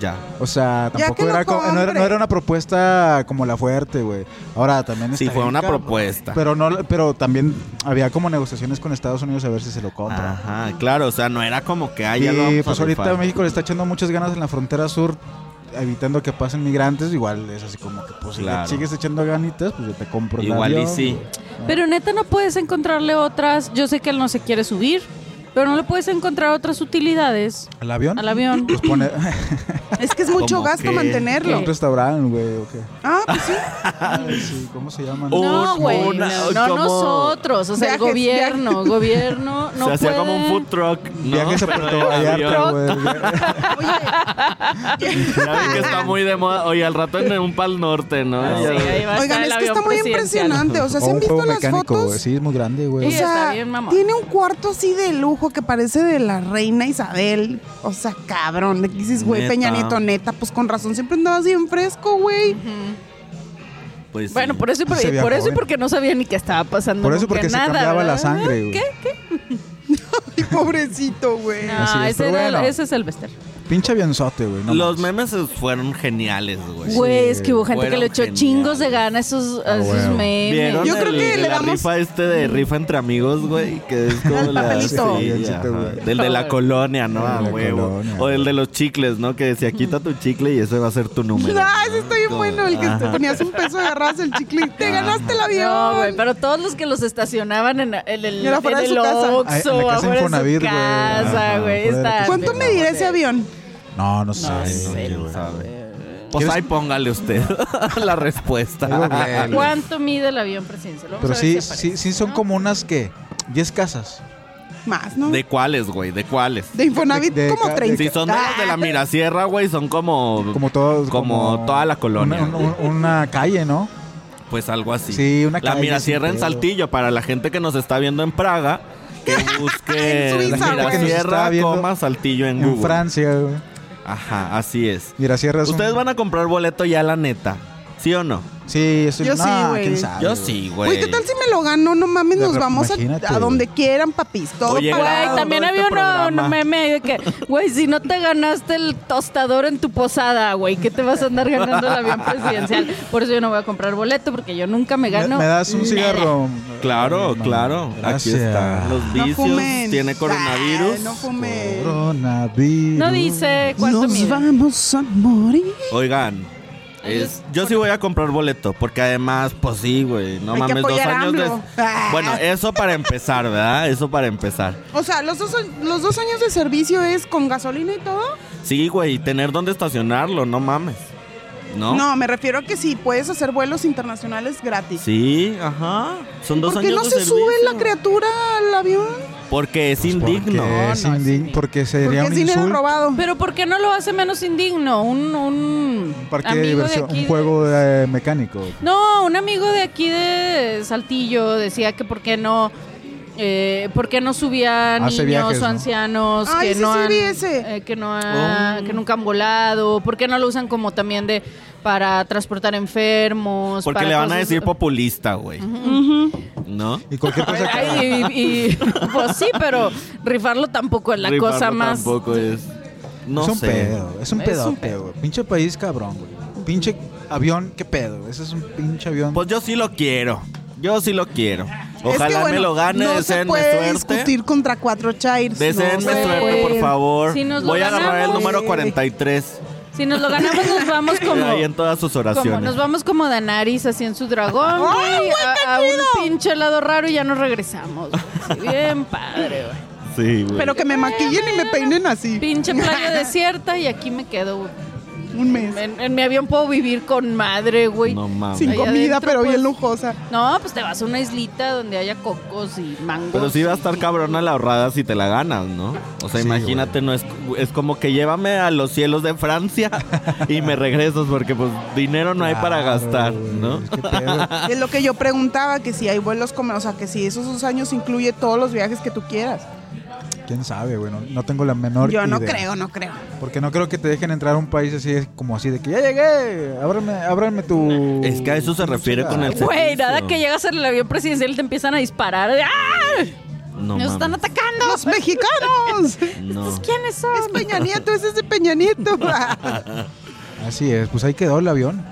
Ya.
O sea,
Ya que
tampoco
lo
era, como- no era
compre.
no era una propuesta como la fuerte, güey. Ahora también
Sí,
está
fue
bien
una
cabrón.
propuesta.
Pero no pero también había como negociaciones con Estados Unidos a ver si se lo compra.
Ajá, claro, o sea, no era como que haya.
y pues ahorita México le está echando muchas ganas en la frontera sur evitando que pasen migrantes, igual es así como que pues si le
Claro.
sigues echando ganitas, pues yo te compro el
Igual y
avión,
sí.
güey.
Pero neta no puedes encontrarle otras. Yo sé que él no se quiere subir, pero no le puedes encontrar otras utilidades
¿Al avión?
al avión.
Pues pone
es que es mucho
Como
gasto
que-
mantenerlo.
un restaurante, güey, o qué.
Ah, pues sí.
Ay, sí, ¿cómo se llaman?
Oh,
No,
Un-
güey.
una-
No, no
como-
nosotros. O sea, el
Viajes,
gobierno. Gobierno no
se hacía como un
puede.
food truck. ¿no?
Viajes a
Pero
Puerto
en
Vallarta,
avión.
güey.
Ya ven que está muy de moda. Oye, al rato en un pal norte, ¿no?
Ah, Sí,
Ya-
ahí va a estar
Oigan,
el
es que
avión
está muy
presidencial.
impresionante. O sea, ¿se
O
han
un
visto
juego
las
mecánico,
fotos?
güey. Sí, es muy grande,
O
güey.
Sí, está
sea,
bien, mamá.
tiene un cuarto así de lujo que parece de la reina Isabel. O sea, cabrón. Le dices, güey,
Neta.
Peña Nieto, neta. Pues con razón, siempre andabas bien fresco, güey.
Pues sí.
Bueno, por eso, y por,
Se veía
por eso y
joven.
porque no sabía ni qué estaba pasando.
Por eso
nunca
porque se
nada,
cambiaba la
¿verdad?
sangre, güey.
Ay, pobrecito, güey.
No,
Así es,
ese,
pero
era el-
bueno.
ese es el Bester.
Pinche avionzote, güey. no
Los
mames.
memes fueron geniales, güey.
Güey, es que hubo gente que
Fueron
le echó
geniales.
chingos de gana a esos, a
Ah,
esos
bueno.
memes.
¿Vieron
Yo creo
el-
que le
la
damos-
rifa este de rifa entre amigos, güey? Que es como
Al
la-
papelito.
sí,
Sí,
ajá.
sí, güey.
Del de la colonia, ¿no?
El de
A
la
huevo.
colonia.
O el de los chicles, ¿no? Que decía, quita tu chicle y ese va a ser tu número.
Ah, ese está bien
Como-
bueno. El que te
Ajá.
ponías un peso, agarras el chicle y te ganaste el avión.
No, güey, pero todos los que los estacionaban en, en el,
Era afuera
en
de su
el
casa.
Oxxo,
Ay, en la casa
afuera de su
Infonavit, güey.
casa, güey.
Ajá, afuera de la
está
casa.
¿Cuánto
bien,
medirá
mamón.
ese avión?
No, no sé.
No
Ay, no,
sé,
quién
no
sabe.
sé.
Pues ahí póngale usted la respuesta.
Ay, güey.
¿Cuánto mide el avión presidencial? Vamos
Pero
a ver
sí,
si
sí,
aparece,
sí son
¿no?
como unas, ¿qué? 10 casas.
Más, ¿no?
¿De
De,
cuáles, güey? ¿De cuáles?
Infonavit,
de- de-
como
de-
30.
Si son de las de la Mirasierra, güey, son como...
Como todo,
Como toda la colonia.
Una, un- una calle, ¿no?
Pues algo así.
Sí, una
La
calle
Mirasierra
sin
en
pedo.
Saltillo, para la gente que nos está viendo en Praga, que busque
En Suiza,
la
güey.
Mirasierra,
Está viendo
coma Saltillo en,
En
Google.
Francia, güey.
Ajá, así es.
Mirasierra es un-
Ustedes van a comprar boleto ya, la neta. ¿Sí o no?
Sí, es-
Yo sí,
nah,
güey.
quién sabe,
Yo
güey.
sí, güey.
Güey, ¿qué tal si me lo gano? No mames,
De
nos
re-
vamos a,
imagínate,
a donde quieran, papis. Todo
Oye,
pagado.
grabado
Güey, también
este
había uno- un
programa.
meme de que, güey, si no te ganaste el tostador en tu posada, güey, ¿qué te vas a andar ganando el avión presidencial? Por eso yo no voy a comprar boleto, porque yo nunca me
Me,
gano.
me das un cigarro.
Claro,
Ay, no,
claro.
gracias.
Aquí está. Los
No
vicios.
fumen.
tiene coronavirus.
Ay, no fumen.
Coronavirus.
No dice cuánto
Nos
mide.
vamos a morir.
Oigan. es- yo sí voy a comprar boleto, porque además, pues sí, güey. No
Hay que
mames, dos
apoyar a
años de.
AMLO. Ah.
Bueno, eso para empezar, ¿verdad? Eso para empezar.
O sea, los dos, los dos años de servicio es con gasolina y todo.
Sí, güey, tener dónde estacionarlo, no mames. ¿No?
No, me refiero a que si puedes hacer vuelos internacionales gratis.
Sí, ajá. Son dos
¿Por qué
años
no
de
se sube
servicio.
la criatura al avión?
Porque es
Pues
indigno.
Porque, es
No, no,
indi-
es indigno.
porque
Porque
sería
es
un
dinero
insulto.
robado.
Pero ¿por qué no lo hace menos indigno? Un, un
Un parque
amigo
de diversión,
aquí
un
de-
juego de- mecánico.
No, un amigo de aquí de Saltillo decía que por qué no, eh, por qué no subía niños
Hace viajes,
o
¿no?
ancianos
Ay,
que,
sí,
no
sí,
han,
vi ese.
eh, que no
Oh.
ha- que nunca han volado, por qué no lo usan como también de para transportar
Pues
enfermos.
Porque
para
le van a
cosas-
decir populista, güey. ¿No?
Y cualquier cosa que...
Ay, y- y- pues sí, pero rifarlo tampoco es la
Rifarlo
cosa más.
Tampoco es. No
es un
sé.
pedo, es un
Es un
pedote,
pedo.
güey. Pinche país cabrón, güey. Pinche avión, qué pedo. Ese es un pinche avión.
Pues yo sí lo quiero. Yo sí lo quiero.
Es que,
Ojalá me
bueno,
lo gane,
No se
deseenme
puede
suerte.
discutir contra cuatro chairs.
Deseenme
no se
suerte,
puede.
por favor.
Si nos lo
Voy a agarrar el
ganamos.
número 43.
Si nos lo ganamos, nos vamos como.
eh, Ahí en todas sus
Como,
oraciones.
nos vamos como Danaris así en su dragón, güey, a, a un pinche lado raro y ya nos regresamos. güey. Sí, bien padre, güey.
Sí, güey.
Pero que me maquillen y me peinen así.
Pinche playa desierta y aquí me quedo. güey.
Un mes.
En, en mi avión puedo vivir con madre, güey.
No mames.
Sin
Ahí
comida,
adentro,
pero
pues.
bien lujosa.
No, pues te vas a una islita donde haya cocos y mangos.
Pero sí va a estar
y-
cabrona la ahorrada si te la ganas, ¿no? O sea,
Sí,
imagínate, no es, es como que llévame a los cielos de Francia y me regresas porque pues dinero no hay para
Claro,
gastar,
güey,
¿no?
es que pedo.
Es lo que yo preguntaba, que si hay vuelos como, o sea, que si esos dos años incluye todos los viajes que tú quieras.
¿Quién sabe, güey? No, no tengo la menor
Yo no
idea.
creo, no creo.
Porque no creo que te dejen entrar a un país así es como así de que ya llegué, ábrame, ábrame tu...
Es que a eso se refiere con el-
Güey, nada
servicio.
que llegas al avión presidencial y te empiezan a disparar. ¡Ah!
No,
¡Nos están
mames,
atacando!
¡Los mexicanos!
no.
¿Estos quiénes son?
Es Peña Nieto, ese es de Peña Nieto.
Así es, pues ahí quedó el avión.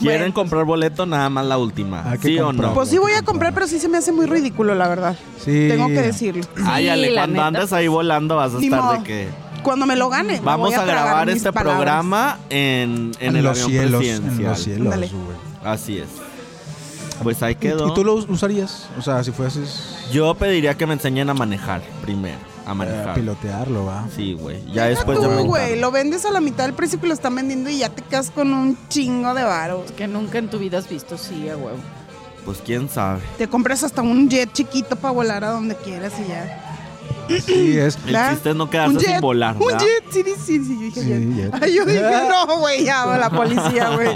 ¿Quieren comprar boleto? Nada más la última.
Hay que
¿Sí o
comprar.
no?
pues sí voy a comprar, pero sí se me hace muy ridículo, la verdad.
Sí.
Tengo que decirlo.
Ay, Ale,
Sí, la
cuando
neta,
andes ahí volando vas a
Ni
estar
modo.
de que...
Cuando me lo gane. me
Vamos
voy
a,
tragar
grabar
mis
este
palabras.
programa en, en el
los
avión
cielos, en los
presidencial.
cielos,
Ándale.
güey.
Así es. Pues ahí
¿Y,
quedó.
y tú lo us- usarías? O sea, si fueses
Yo pediría que me enseñen a manejar primero. A
eh, a
manejar.
pilotearlo, va.
sí, güey. Ya
Deja
después
tú,
ya me
güey,
encargo.
lo vendes a la mitad del precio que lo están vendiendo y ya te quedas con un chingo de varo.
Que nunca en tu vida has visto, sí, a huevo.
Pues quién sabe.
Te compras hasta un jet chiquito para volar a donde quieras y ya.
Sí, es.
El
¿Verdad?
chiste es no quedarse sin volar.
Un
¿verdad?
jet, sí, sí, sí, sí, yo dije
Sí,
jet.
jet.
Ay, yo dije, no, güey, ya, la policía, güey.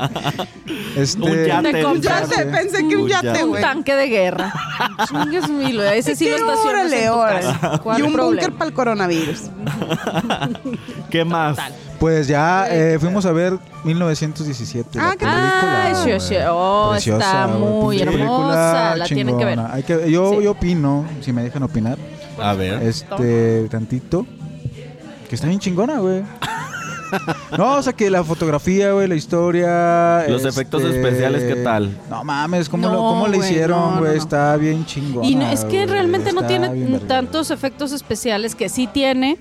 Este,
Un yate.
Te
Un
compras
yate, pensé que un
Un
yate,
yate.
un
güey.
tanque de guerra. Chingues mil, güey. Ese sí lo
Es que
estacionas en tu
órale,
casa.
órale.
¿Cuál
Y un
problema?
búnker para el coronavirus.
¿Qué más?
Pues ya eh, fuimos a ver 1917. la
Ah, qué
película,
Ah,
güey.
sí, sí. Oh, está
güey,
muy
Pues
pinche
hermosa.
película
La tienen que ver.
chingona. Hay que- yo,
Sí.
yo opino, si me dejan opinar,
Pues
A ver.
este tantito, que está bien chingona, güey. No, o sea que la fotografía, güey, la historia. este,
Los efectos especiales, ¿qué tal?
No mames, ¿cómo, lo,
No,
cómo le
güey,
hicieron,
no, no,
güey?
no.
Está bien chingona.
Y no- es que
güey,
realmente no
está bien
tiene
verga.
tantos efectos especiales que sí tiene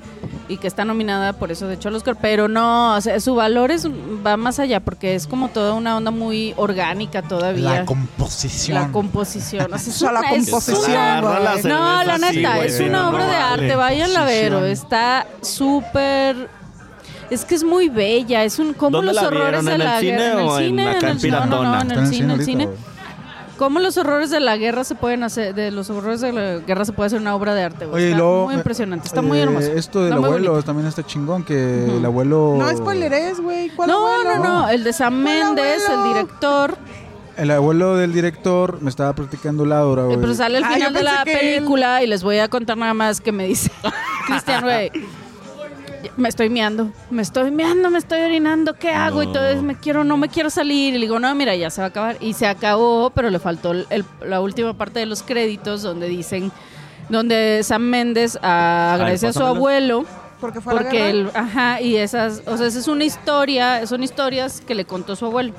y que está nominada por eso de hecho al Oscar, pero no, o sea, su valor es, va más allá porque es como toda una onda muy orgánica todavía.
La composición.
La composición. o sea, es
O sea, la
una- es una-
composición, güey.
Pues Agarra la cerveza
no, la
así,
neta,
güey,
es
pero
una
no
obra de
vale.
arte. Váyanla a ver.
Composición.
Está súper. Es que es muy bella. Es un. ¿Cómo
¿Dónde
los
la
horrores
vieron?
de
¿En el
la
cine
guerra?
o en- acá en
el cine. No, no, no,
Piratona?
en
Está
el cine, en el
ahorita,
cine.
güey.
¿Cómo los horrores de la guerra se pueden hacer, de los horrores de la guerra se puede hacer una obra de arte? güey?
Oye, y
está
luego,
muy
eh,
impresionante, está muy
eh,
hermoso.
Esto del
Está muy
abuelo
bonito.
también está chingón, que
Ujú.
el abuelo...
No spoileres, güey. ¿Cuál
No, no,
abuelo?
no, el de Sam
Hola,
Méndez, el
abuelo.
director,
El abuelo del director me estaba platicando Laura,
eh,
güey.
pero sale al
Ah, yo
final de
pensé
la
que él-
película y les voy a contar nada más que me dice Cristian, güey. Me estoy meando, me estoy meando, me estoy orinando, ¿qué hago? Y
No.
todo es, me quiero, no me quiero salir. Y le digo, no, mira, ya se va a acabar. Y se acabó, pero le faltó el- el- la última parte de los créditos donde dicen, donde Sam Méndez ah,
A ver,
agradece a su
pásamelo.
abuelo.
Porque fue a la
Porque
guerra.
él, ajá, y esas, o sea, esa es una historia, son historias que le contó su abuelo.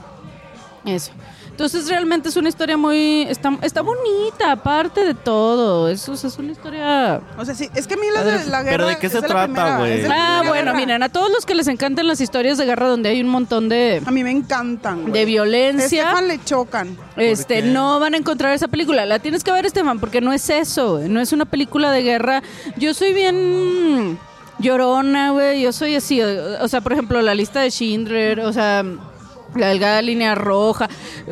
Eso. Entonces realmente es una historia muy, está, está bonita, aparte de todo. Eso o sea, es una historia.
O sea, sí, es que a mí la, de- la guerra.
¿Pero de qué
es
se
la
trata,
primera,
güey?
es de la
Ah,
primera
bueno,
guerra.
miren, a todos los que les encantan las historias de guerra donde hay un montón de,
A mí me encantan. güey.
de violencia.
Estefan le chocan.
Este, no van a encontrar esa película. La tienes que ver, Esteban, porque no es eso, güey. no es una película de guerra. Yo soy bien mm, llorona, güey. Yo soy así, o o sea, por ejemplo, la lista de Schindler, o sea, la delgada línea roja,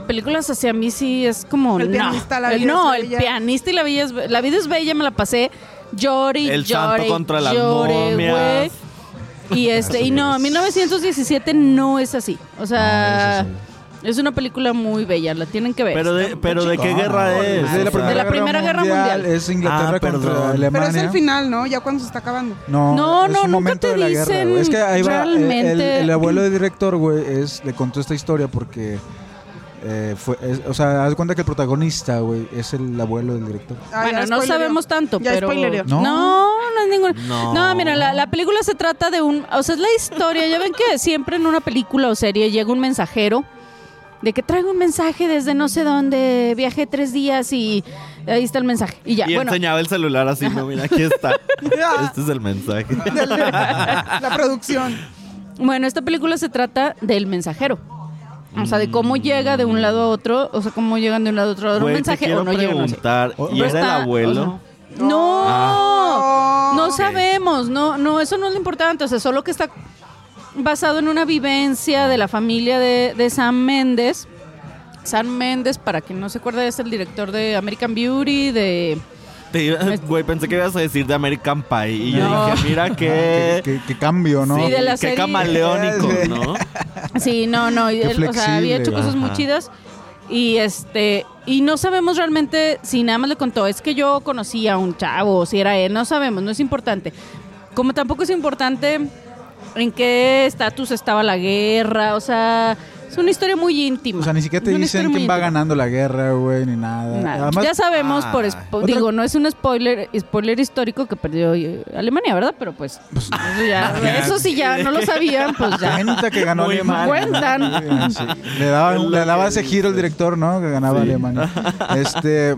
películas hacia mí sí es como
El
no.
pianista, la
El-
vida
no,
es
el
bella.
pianista y la vida es be- la vida es bella, me la pasé llori,
El santo
llore,
contra las
llore,
momias.
güey. Y este, y no, 1917 no es así. O sea,
No, eso
es una película muy bella, la tienen que ver.
Pero de, pero de qué guerra es.
Ah, de
O sea,
la Primera,
De la Primera Guerra Mundial.
Es Inglaterra
Ah,
contra
perdón.
Alemania.
Pero es el final, ¿no? Ya cuando se está acabando.
No,
No,
es
no,
un
nunca
momento
te
de la guerra,
dicen
güey. Es que ahí va. el- El,
realmente.
el abuelo del director, güey, es, le contó esta historia porque. eh, fue, es- o sea, haz de cuenta que el protagonista, güey, es el abuelo del direcor.
Ah, ya
bueno, no
spoilereó.
sabemos tanto,
Ya
pero
spoilereó.
No.
no, no es ninguna. No,
No.
mira, la, la película se trata de un, o sea, es la historia. ya ven que siempre en una película o serie llega un mensajero de que traigo un mensaje desde no sé dónde, viajé tres días y ahí está el mensaje y ya.
Y
bueno,
enseñaba el celular así, no, mira, aquí está. este es el mensaje.
La producción.
Bueno, esta película se trata del mensajero. O sea, de cómo llega de un lado a otro, o sea, cómo llegan de un lado a otro, a un
Güey, te
mensaje
quiero
o no llegan. no sé.
preguntar, ¿y
Pero
era el
está-
abuelo?
o sea, no,
Ah.
no
Ok.
sabemos, no, no, eso no es lo importante. O sea, solo que está basado en una vivencia de la familia de, de Sam Méndez. Sam Méndez, para quien no se acuerda, es el director de American Beauty, de...
Te iba- Güey, pensé que ibas a decir de American Pie. Y yo
No.
dije, mira
Qué,
qué.
qué- qué cambio, Ah, ¿no?
Sí, de la
qué
serie.
camaleónico,
Sí.
¿no?
Sí, no, no, y
Qué
él, o sea, había
flexible,
hecho cosas muy
ajá.
chidas. Y este, y no sabemos realmente si nada más le contó, es que yo conocí a un chavo, o si era él, no sabemos, no es importante. Como tampoco es importante en qué estatus estaba la guerra, o sea, es una historia muy íntima.
O sea, ni siquiera te
Es una
dicen
historia muy
quién va
íntima.
ganando la guerra, güey, ni nada.
Nada.
Además,
ya sabemos por
Ah.
spo-
Otra-
digo, no es un spoiler, spoiler histórico que perdió eh, Alemania, ¿verdad? Pero pues, eso, ya- eso sí ya no lo sabían, pues ya.
cuenta que ganó
Muy
Alemania.
Cuentan.
Sí, Le daba,
Es lo
le daba
que
ese
dices.
giro el director, ¿no? Que ganaba Alemania. Este.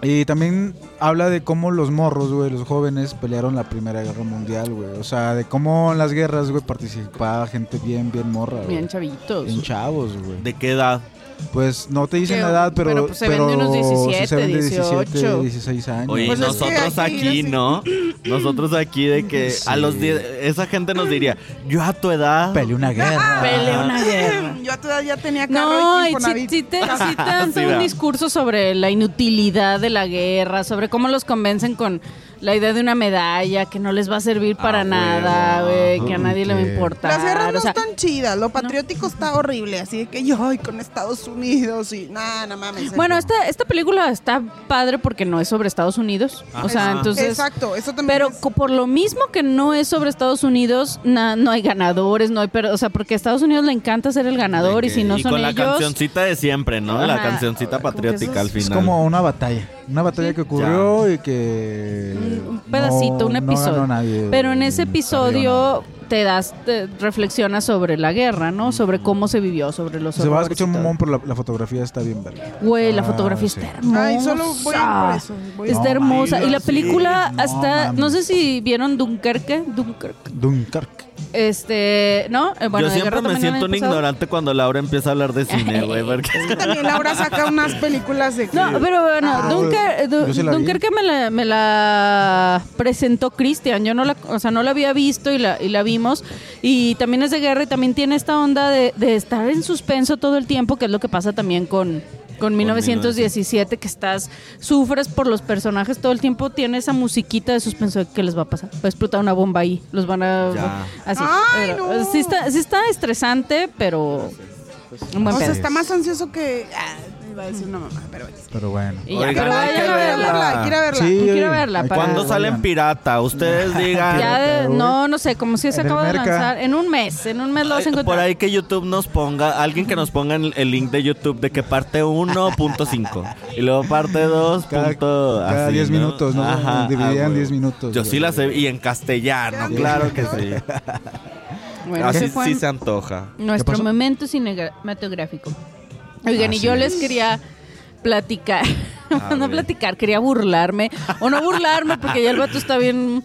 Y también habla de cómo los morros, güey, los jóvenes pelearon la Primera Guerra Mundial, güey. O sea, de cómo en las guerras, güey, participaba gente bien, bien morra, güey.
Bien chavitos.
Bien chavos, güey.
¿De qué edad?
Pues no te dicen
Que-
la edad, pero.
pero, pues, se ven de unos
sí
17,
ven de
18.
16 años.
Oye,
Pues es que
nosotros
hay que ir
aquí,
así.
¿no? Nosotros aquí de que a
Sí.
los 10, esa gente nos diría, yo a tu edad...
Peleé una guerra.
Pelea
Ah.
una guerra.
Yo a tu edad ya tenía carro
No,
y
y sí,
Infonavit.
sí te, sí te
Sí,
dan todo
¿verdad?
un discurso sobre la inutilidad de la guerra, sobre cómo los convencen con la idea de una medalla que no les va a servir para
huevo.
nada, güey, que a nadie le va a
Ok.
importar.
Las guerras no
o sea,
están chidas, lo patriótico está horrible, así de que yo ay, con Estados Unidos y nada, no mames. eh".
bueno, esta, esta película está padre porque no es sobre Estados Unidos. O sea,
Ajá.
entonces.
Exacto, eso también
Pero
es-
co- por lo mismo que no es sobre Estados Unidos, na- no hay ganadores, no hay. per- o sea, porque a Estados Unidos le encanta ser el ganador y si no
y
son
con la
ellos.
cancioncita de siempre, ¿no? La
Ajá.
cancioncita
Como que
patriótica
esos-
al final.
Es como una batalla. Una batalla que ocurrió y que.
Mm, Un- un pedacito, un
no
episodio.
ganó nadie,
Pero en ese
no perdió
episodio
nadie.
te das, te reflexionas sobre la guerra, ¿no? Sobre cómo se vivió, sobre los
Se va a
horrores y
escuchar un
todo.
momón, pero la, la fotografía está bien verga.
Güey, la
Ah,
fotografía
sí.
está hermosa.
Ay, solo voy a ir por eso, voy a ir.
Está
No
hermosa. Y la
mames,
película
sí. No
hasta, no,
mames.
sé si vieron Dunkerque, Dunkerque.
Dunkirk.
Este, ¿no? Eh, Bueno,
yo
de
siempre
guerra
me
también
siento
el
un
año pasado.
ignorante cuando Laura empieza a hablar de cine, güey, porque
Es que también Laura saca unas películas de que-
No, pero bueno,
Ah,
Dunker,
yo sí la vi.
Dunkerque me la, me la presentó Christian. Yo no la, o sea, no la había visto y la, y la vimos. Y también es de guerra y también tiene esta onda de, de estar en suspenso todo el tiempo, que es lo que pasa también con, con 1917, que estás, sufres por los personajes todo el tiempo. Tiene esa musiquita de suspenso de qué les va a pasar. Va a explotar una bomba ahí. Los van a.
Ya.
Así.
Ay,
Pero,
no.
sí, está, sí está estresante, pero. Un buen
o sea,
pedo.
está más ansioso que ah, iba a decir una mamá, pero bueno.
Pero bueno.
Y ya,
Oigan,
pero
Pero hay
vayan
que
a verla.
verla, quiero verla.
Sí,
Yo quiero
oye,
verla
hay que-
para-
cuando salen pirata, ustedes
Ya,
digan.
Pirata,
de-
güey.
no, no sé, como si se
En el
acaba de
merca.
lanzar. En un mes, en un mes lo vas a
Ay, Por
encontrar.
ahí que YouTube nos ponga, alguien que nos ponga el, el link de YouTube de que parte 1.5 y luego parte 2.
Cada-
punto
cada
así,
10 minutos, ¿no? Dividida en
huevo.
10 minutos,
Yo sí
güey.
la sé, y en castellano, claro que sí.
Bueno,
Así
ese fue
sí se antoja.
¿Qué
nuestro
pasó?
momento cinematográfico. Oigan, y
Así
yo les
es.
quería platicar.
A
no
ver.
platicar, quería burlarme. O no burlarme, porque ya el vato está bien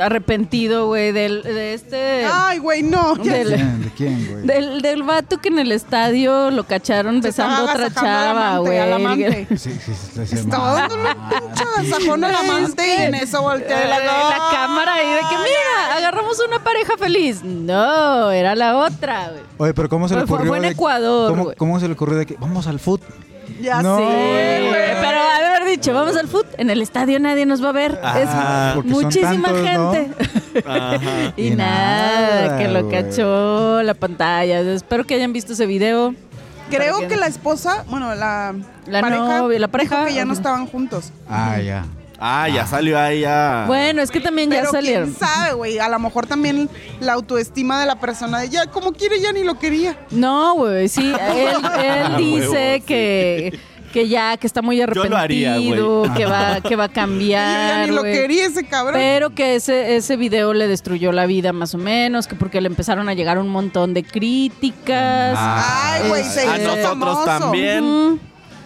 arrepentido, güey, del- de este.
Ay, güey, no. ya-
del-
¿Quién? ¿De quién, güey?
Del, del vato que en el estadio lo cacharon
Se estaba
besando a otra
agasajando al
chava,
amante,
güey.
al amante.
Sí, sí, sí, sí,
Estaba
ma-
dándole un pinche agasajón al amante y en eso volteé
Eh,
de la,
la cámara ahí de que mira, agarramos una pareja feliz. No, era la otra, güey.
Oye, pero ¿cómo se le
Fue- fue
ocurrió?
en
de-
Ecuador,
¿cómo,
güey.
¿Cómo se le ocurrió de que vamos al foot?
Ya
No,
sé,
Sí,
güey.
güey, Oh, eh, pero haber dicho, vamos al foot, en el estadio nadie nos va a ver.
Ah,
es
porque son
muchísima
tantos, ¿no?
gente.
Ajá.
y,
Y
nada,
nada,
que lo
güey.
cachó la pantalla. Espero que hayan visto ese video.
Creo que la esposa, bueno, la,
La
pareja,
novia, la pareja,
dijo que ya no
ajá.
estaban juntos.
Ah, ya.
Ah, ya salió ahí ya.
Bueno, es que también ya
Pero
salieron.
quién sabe, güey, a lo mejor también la autoestima de la persona de ya como quiere ya ni lo quería.
No, güey, sí, él, él dice
huevo, sí.
que, que ya, que está muy
lo
arrepentido,
haría, güey.
que va, que va a
yo ya
cambiar.
ni lo
güey.
quería ese cabrón.
Pero que ese, ese video le destruyó la vida más o menos, que porque le empezaron a llegar un montón de críticas.
Ah.
Este,
Ay, güey, se
a
hizo
Ah. nosotros
famoso.
también.
Ujú.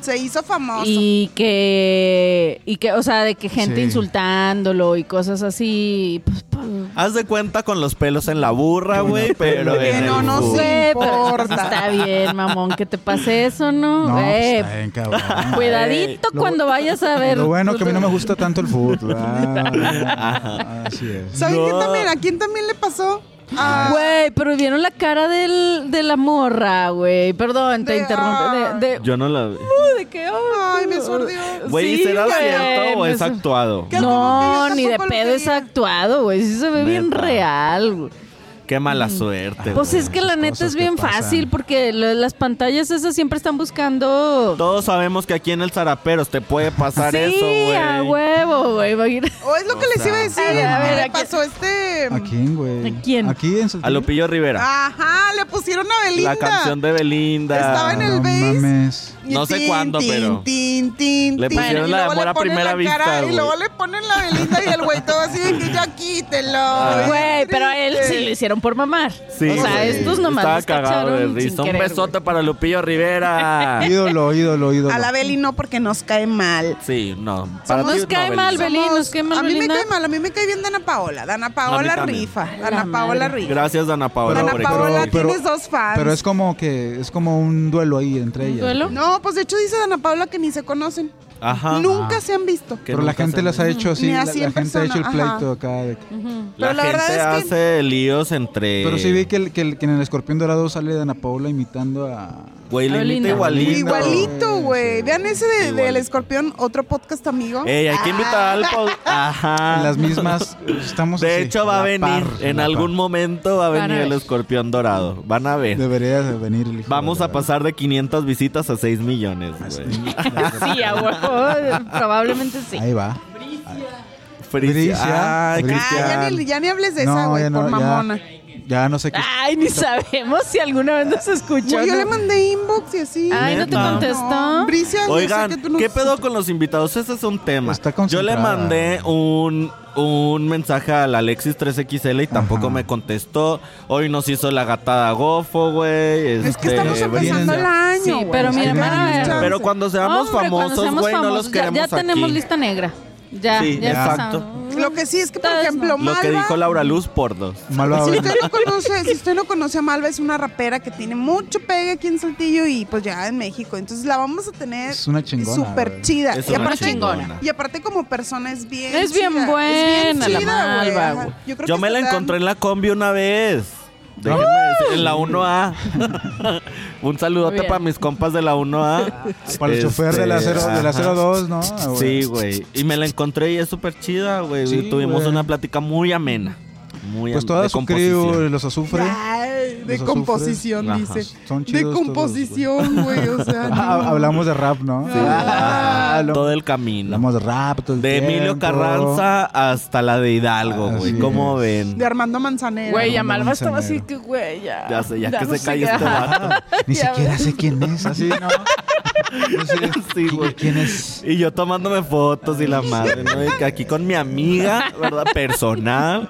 Se hizo famoso.
Y que, y que, o sea, de que gente
Sí.
insultándolo y cosas así. Pues, pues,
Haz de cuenta con los pelos en la burra, güey, pero
Que
en
no
el
nos
fútbol.
siga.
güey, pero
importa.
está bien, mamón, que te pase eso, ¿no?
No, pues,
Eh,
está bien, cabrón.
Cuidadito
Lo bu-
cuando vayas a ver.
Lo bueno que a mí no me gusta tanto el foot. Ah, Así es.
¿Saben qué
No.
también? ¿A quién también le pasó? A-
Güey, pero vieron la cara del, de la morra, güey. Perdón, te
De- ah.
interrumpo. De, de,
Yo no la vi.
de que, ay,
Ay, me
no.
sordió.
Güey,
Sí,
¿será
güey, pues,
cierto o
me
es
sor-
actuado?
¿Qué?
No,
Como que yo
ni de
tampoco lo
pedo es
quería.
actuado, güey. Sí se ve bien
Neta.
real, güey.
Qué mala suerte.
Pues
güey.
es que la neta
cosas
es
que
bien
pasan.
fácil porque lo- las pantallas esas siempre están buscando...
Todos sabemos que aquí en el Zaraperos te puede pasar
sí,
eso,
a
güey.
huevo, güey. imagina-
O es lo
O
que les
sea,
iba a decir.
a ver, a ver,
le
aquí-
pasó este.
¿A quién, güey?
¿A quién?
Aquí en
A
Saltillo?
Lupillo
Ah,
Rivera.
Ajá, le pusieron a Belinda.
La canción de Belinda.
Estaba en el
No
base.
mames.
Y
No sé cuándo, pero-
tin, tin,
Le
tin,
pusieron
y
la de
luego le
amor a
ponen
primera
la
vista,
cara, Y
güey.
luego le ponen la Belinda y el güey todo así de que ya
Ah.
quítelo.
Güey, pero a él sí
Triste.
lo hicieron por mamar.
Sí,
o sea,
güey.
estos nomás
Estaba
los cacharon
cagado de
sin
risa. Un
querer,
besote para Lupillo Rivera.
Ídolo, ídolo, ídolo.
A la Beli no porque nos cae mal.
sí, no.
güey.
ti
Nos
no,
cae mal,
Belinda.
Beli, nos cae mal,
a mí me
Belinda.
cae mal, a mí me cae bien Dana Paola. Dana Paola
también.
rifa.
la
Dana Paola
madre.
rifa.
Gracias, Dana Paola,
Dana
por
Paola,
existir.
tienes dos fans.
Pero es como que es como un duelo ahí entre
¿Un
ellas.
duelo?
No, pues de hecho dice Dana Paola que ni se conocen.
Ajá.
Nunca se han visto.
Que
Pero la
nunca
gente
se-
las ha hecho así,
Ni
la,
así
la
en
gente ha hecho el
persona, ajá.
pleito acá. de-
Ujú.
La,
Pero la
gente
verdad es que-
hace líos entre.
Pero sí vi que, el, que, el- que en el Escorpión Dorado sale Dana Paula imitando a...
Güey, le
Belinda.
imita igualito.
Igualito, güey. Vean ese de- del
Igualito.
escorpión, otro podcast amigo.
Ey, hay que invitar al pod- Ajá.
Las mismas... Estamos
Ah, De
así,
hecho,
a
va a
la
venir.
par,
en
a la
algún
par.
momento va a
Van a
venir el
ver.
escorpión dorado. Van a ver.
Debería de venir el hijo
Vamos
de
a
la-
pasar de 500 visitas a 6 millones, güey.
Sí, a huevo. Probablemente sí.
Ahí va.
Frisia. Ay,
Bricia.
Ah, ya
Cristian.
ni, ya ni hables de esa, güey,
ya
por
ya-
mamona. Ah.
Ya no sé qué...
Ay, ni sabemos si alguna vez nos escuchó.
Güey, yo
¿no?
le mandé inbox y así.
Ay,
¿no te Neta.
contestó?
No, Bricia, yo sé
Oigan,
que tú no-
¿qué pedo con los invitados? Ese es un tema.
Está
Yo
concentrada.
le mandé un, un mensaje al Alexis 3XL y tampoco
Ajá.
me contestó. Hoy nos hizo la gatada gofo, güey.
Es que estamos
este,
empezando el
vienen-
año,
Sí,
güey.
pero
No
mira,
tenemos
van a ver.
chance.
Pero cuando seamos
Hombre, cuando
famosos,
seamos
güey, no los
famosos, ya-
queremos
Ya, tenemos
aquí.
lista negra. Ya,
Sí,
ya está.
exacto.
Lo que sí es que, por
Ustedes
ejemplo,
Lo
Malva...
que dijo Laura Luz por dos.
Malva
Si
va a
usted,
venir.
no conoce, si usted no conoce a Malva, es una rapera que tiene mucho pegue aquí en Saltillo y pues ya en México. Entonces la vamos a tener
Es una chingona,
súper
güey.
chida.
Es
y,
una
aparte,
chingona.
y aparte como persona es bien
Es bien
chida,
buena la
güey,
Malva,
ajá.
güey.
Yo, creo
Yo
que
me la
se te dan-
encontré en la combi una vez. Déjenme
Ah.
decir, en la 1A. Un saludote
Bien.
para mis compas de la 1A.
Ah, Para el chofer de la,
Este,
cero, de la
ajá.
02, ¿no? Ah,
Sí, güey. Y me la encontré y es súper chida, güey.
Sí,
Y tuvimos
güey.
una plática muy amena. Muy
Pues
am-
toda
de
su
composición.
crew, los azufre.
Ay, de
Los azufres.
composición,
Ajá.
dice.
Son
De
chidos todos,
composición, güey, o sea. no.
Ah, hablamos de rap, ¿no?
Sí.
Ah, lo-
Todo el camino.
hablamos de rap, todo el
De Emilio
tiempo.
Carranza hasta la de Hidalgo,
Así
güí. ¿Cómo
es.
ven?
De Armando Manzanero.
Güey, ya
Armando
Malva estaba
Manzanero.
así que, güey, ya.
Ya sé, ya que
no
se
sé
calle
qué-
este vato.
Ah, ni
Ya
siquiera
ves.
sé quién es, así, ¿no? No sé
Sí,
qui-
güey.
quién es.
Y yo tomándome fotos y la madre, ¿no? Y que aquí con mi amiga, ¿verdad? Personal.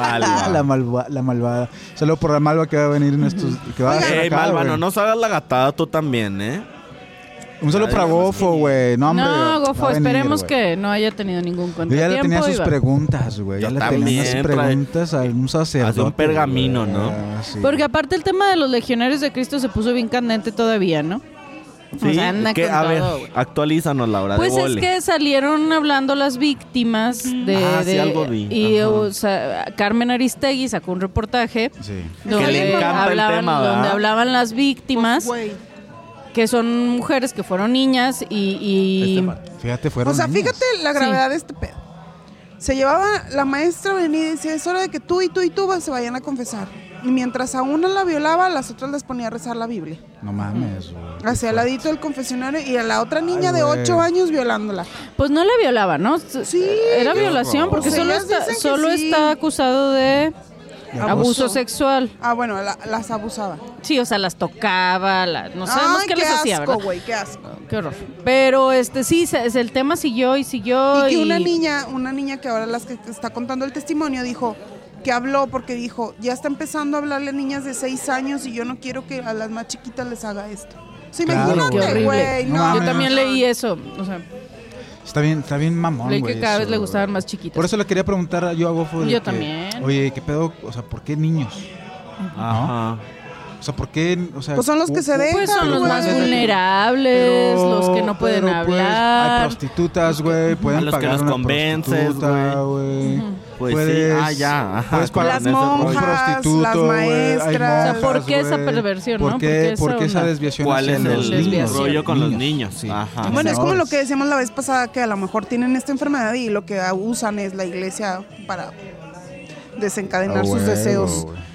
Ah, la,
Malva.
malva- la malvada. Saludo por la malva que va a venir en estos. Que va a estar
Ey,
acá,
Malva,
güey.
no nos hagas la gatada tú también, ¿eh?
Un
Ah,
saludo para Gofo, güey. No, hombre, va a
No, Gofo,
venir,
esperemos
güey.
que no haya tenido ningún
Yo ya
contratiempo.
le tenía
y
sus
va.
preguntas, güey.
Yo
Ya le tenía sus
también, trae-
preguntas a un sacerdote.
Hace un pergamino,
güey.
¿no?
Ah, sí.
Porque aparte el tema de los legionarios de Cristo se puso bien candente todavía, ¿no?
Sí,
anda
que,
con
a
todo,
ver,
güey.
actualízanos, Laura. de
Pues es
vole.
que salieron hablando las víctimas de...
Ah, sí,
de-
algo vi.
Y
Ajá.
o sea, Carmen Aristegui sacó un reportaje
Sí.
donde,
le
encanta el
hablaban,
tema, ¿verdad?
donde hablaban las víctimas,
Pues, Güey.
que son mujeres que fueron niñas y... y-
Fíjate, fueron.
O sea,
niñas.
fíjate la gravedad de este pedo. Se llevaba la maestra venía y decía, es hora de que tú y tú y tú se vayan a confesar. Y mientras a una la violaba, a las otras las ponía a rezar la Biblia.
No mames, güey.
Hacia el ladito del confesionario y a la otra niña
Ay,
de
güey.
8 años violándola.
Pues no la violaba, ¿no? S-
Sí.
Era
Qué
violación
horror.
porque
O sea,
solo,
ellas
está,
dicen que
solo
sí.
está acusado de abuso sexual.
Ah, bueno, la- las abusaba.
Sí, o sea, las tocaba, la- no sabemos
Ay,
qué, les hacía,
asco,
¿verdad?
güey, qué asco.
Qué horror. Pero este sí, se- se- el tema siguió y siguió.
Y que una niña, una niña que ahora las que está contando el testimonio dijo que habló porque dijo, ya está empezando a hablarle a niñas de 6 años y yo no quiero que a las más chiquitas les haga esto. Sí,
Claro,
Qué
imagínate,
horrible.
güey,
No
Ah, no.
Yo
mames.
también leí eso. O sea,
Está bien, está bien mamón,
leí
güey,
que cada
eso,
vez le
güey.
gustaban más chiquitas.
Por eso le quería preguntar yo a Gofo. de
Yo
que,
también.
Oye, ¿qué pedo? O sea, ¿por qué niños?
Ajá.
O sea, ¿por qué? O sea,
Pues son los que
u-
se
u-
dejan,
pues son los
güey.
más
Pero-
vulnerables,
Pero-
los que no pueden
pero, pues, hay
hablar.
prostitutas, güey. Pueden
los que
pagar
los
una
convences,
prostituta, güey.
Pues
Puedes-
sí. Ah, ya. Ajá.
puedes
con
pagar-
ese
Las
rollo.
Un
monjas.
prostituto,
las
güey, hay
maestras.
monjas,
O sea,
¿por qué esa
güey?
perversión,
¿Por
no?
qué,
¿Por qué esa
por qué esa
onda?
desviación
¿Cuál
hacia
es
los
el
niños?
rollo con los niños?
Sí.
Ajá.
Bueno,
Bueno, es como lo
Menores.
que decíamos la vez pasada, que a lo mejor tienen esta enfermedad y lo que usan es la iglesia para desencadenar
Ah,
sus
huevo,
deseos.
güey.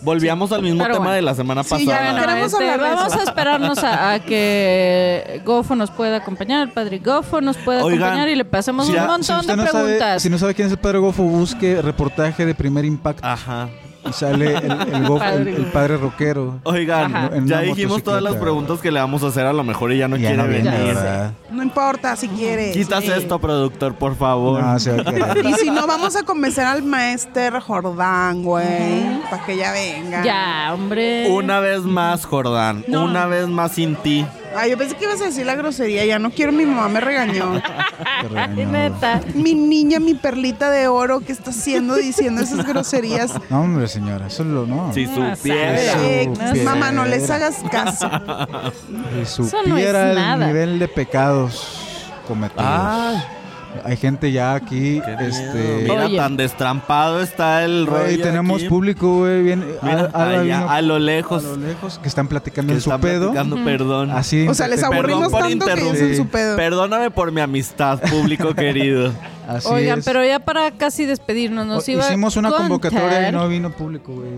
Volvíamos al mismo
Pero
tema
bueno.
de la semana
Sí, ya
pasada.
no queremos
Este,
hablar de
vamos
eso.
a esperarnos a, a que Gofo nos pueda acompañar, el padre Gofo nos pueda
Oigan,
acompañar y le pasamos
si
un
ya-
Si
montón
usted
de
no sabe,
preguntas.
si no sabe quién es el padre Gofo, busque reportaje de primer impacto
Ajá.
y sale el, el Gofo- el-
Padre
el
Gofo.
padre rockero.
Oigan,
Ajá.
En
ya
una
dijimos todas las
motocicleta.
preguntas que le vamos a hacer, a lo mejor ella no
Ya
quiere
no viene,
venir.
¿verdad?
No importa si quieres.
Quitas
Sí.
esto, productor, por favor.
No, Ah, se va a quedar.
Y si no, vamos a convencer al maestro Jordán, güey. Para que ya venga.
Ya, hombre.
Una vez más, Jordán.
Eh. No.
Una vez más sin ti.
Ay, yo pensé que ibas a decir la grosería. Ya no quiero, mi mamá me regañó.
Qué
Ay,
regañado.
neta.
mi niña, mi perlita de oro, ¿qué está haciendo diciendo esas groserías?
No, hombre, señora, eso es lo no.
Si
No,
supieras.
sabes.
Eh,
Supiera.
mamá, no les hagas caso.
Si
no es
supiera el
nada.
nivel de pecados cometidos.
Ay.
Hay gente ya aquí,
Ah. Qué miedo.
Ah, este.
Mira,
Oye.
tan destrampado está el rollo.
Güey, tenemos
aquí.
público, güey, bien.
Mira,
ah, ah,
allá,
vino-
a lo lejos.
a lo lejos, que están platicando
que
en su
están
pedo.
platicando, perdón.
Así.
O sea, les
entreten-
aburrimos
por
tanto que ellos
interrumpir.
en su pedo.
Perdóname por mi amistad, público querido.
Así
Oigan,
es.
pero ya para casi despedirnos, nos
O-
iba a
Hicimos una
contar-
convocatoria y no vino público, güey.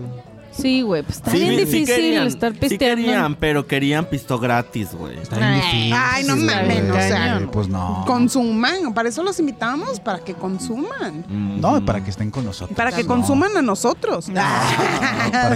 Sí, güey, pues está
Sí,
bien
sí
difícil
querían,
estar
sí
pisteando.
querían, pero querían pisto gratis, güey.
Está bien
Ay.
difícil,
Ay, no
güey.
mames,
o sea,
Güey, Pues no.
Consuman, para eso los invitamos, para que consuman.
No, para que estén con nosotros.
Para que
No. Ah.
consuman a nosotros.
para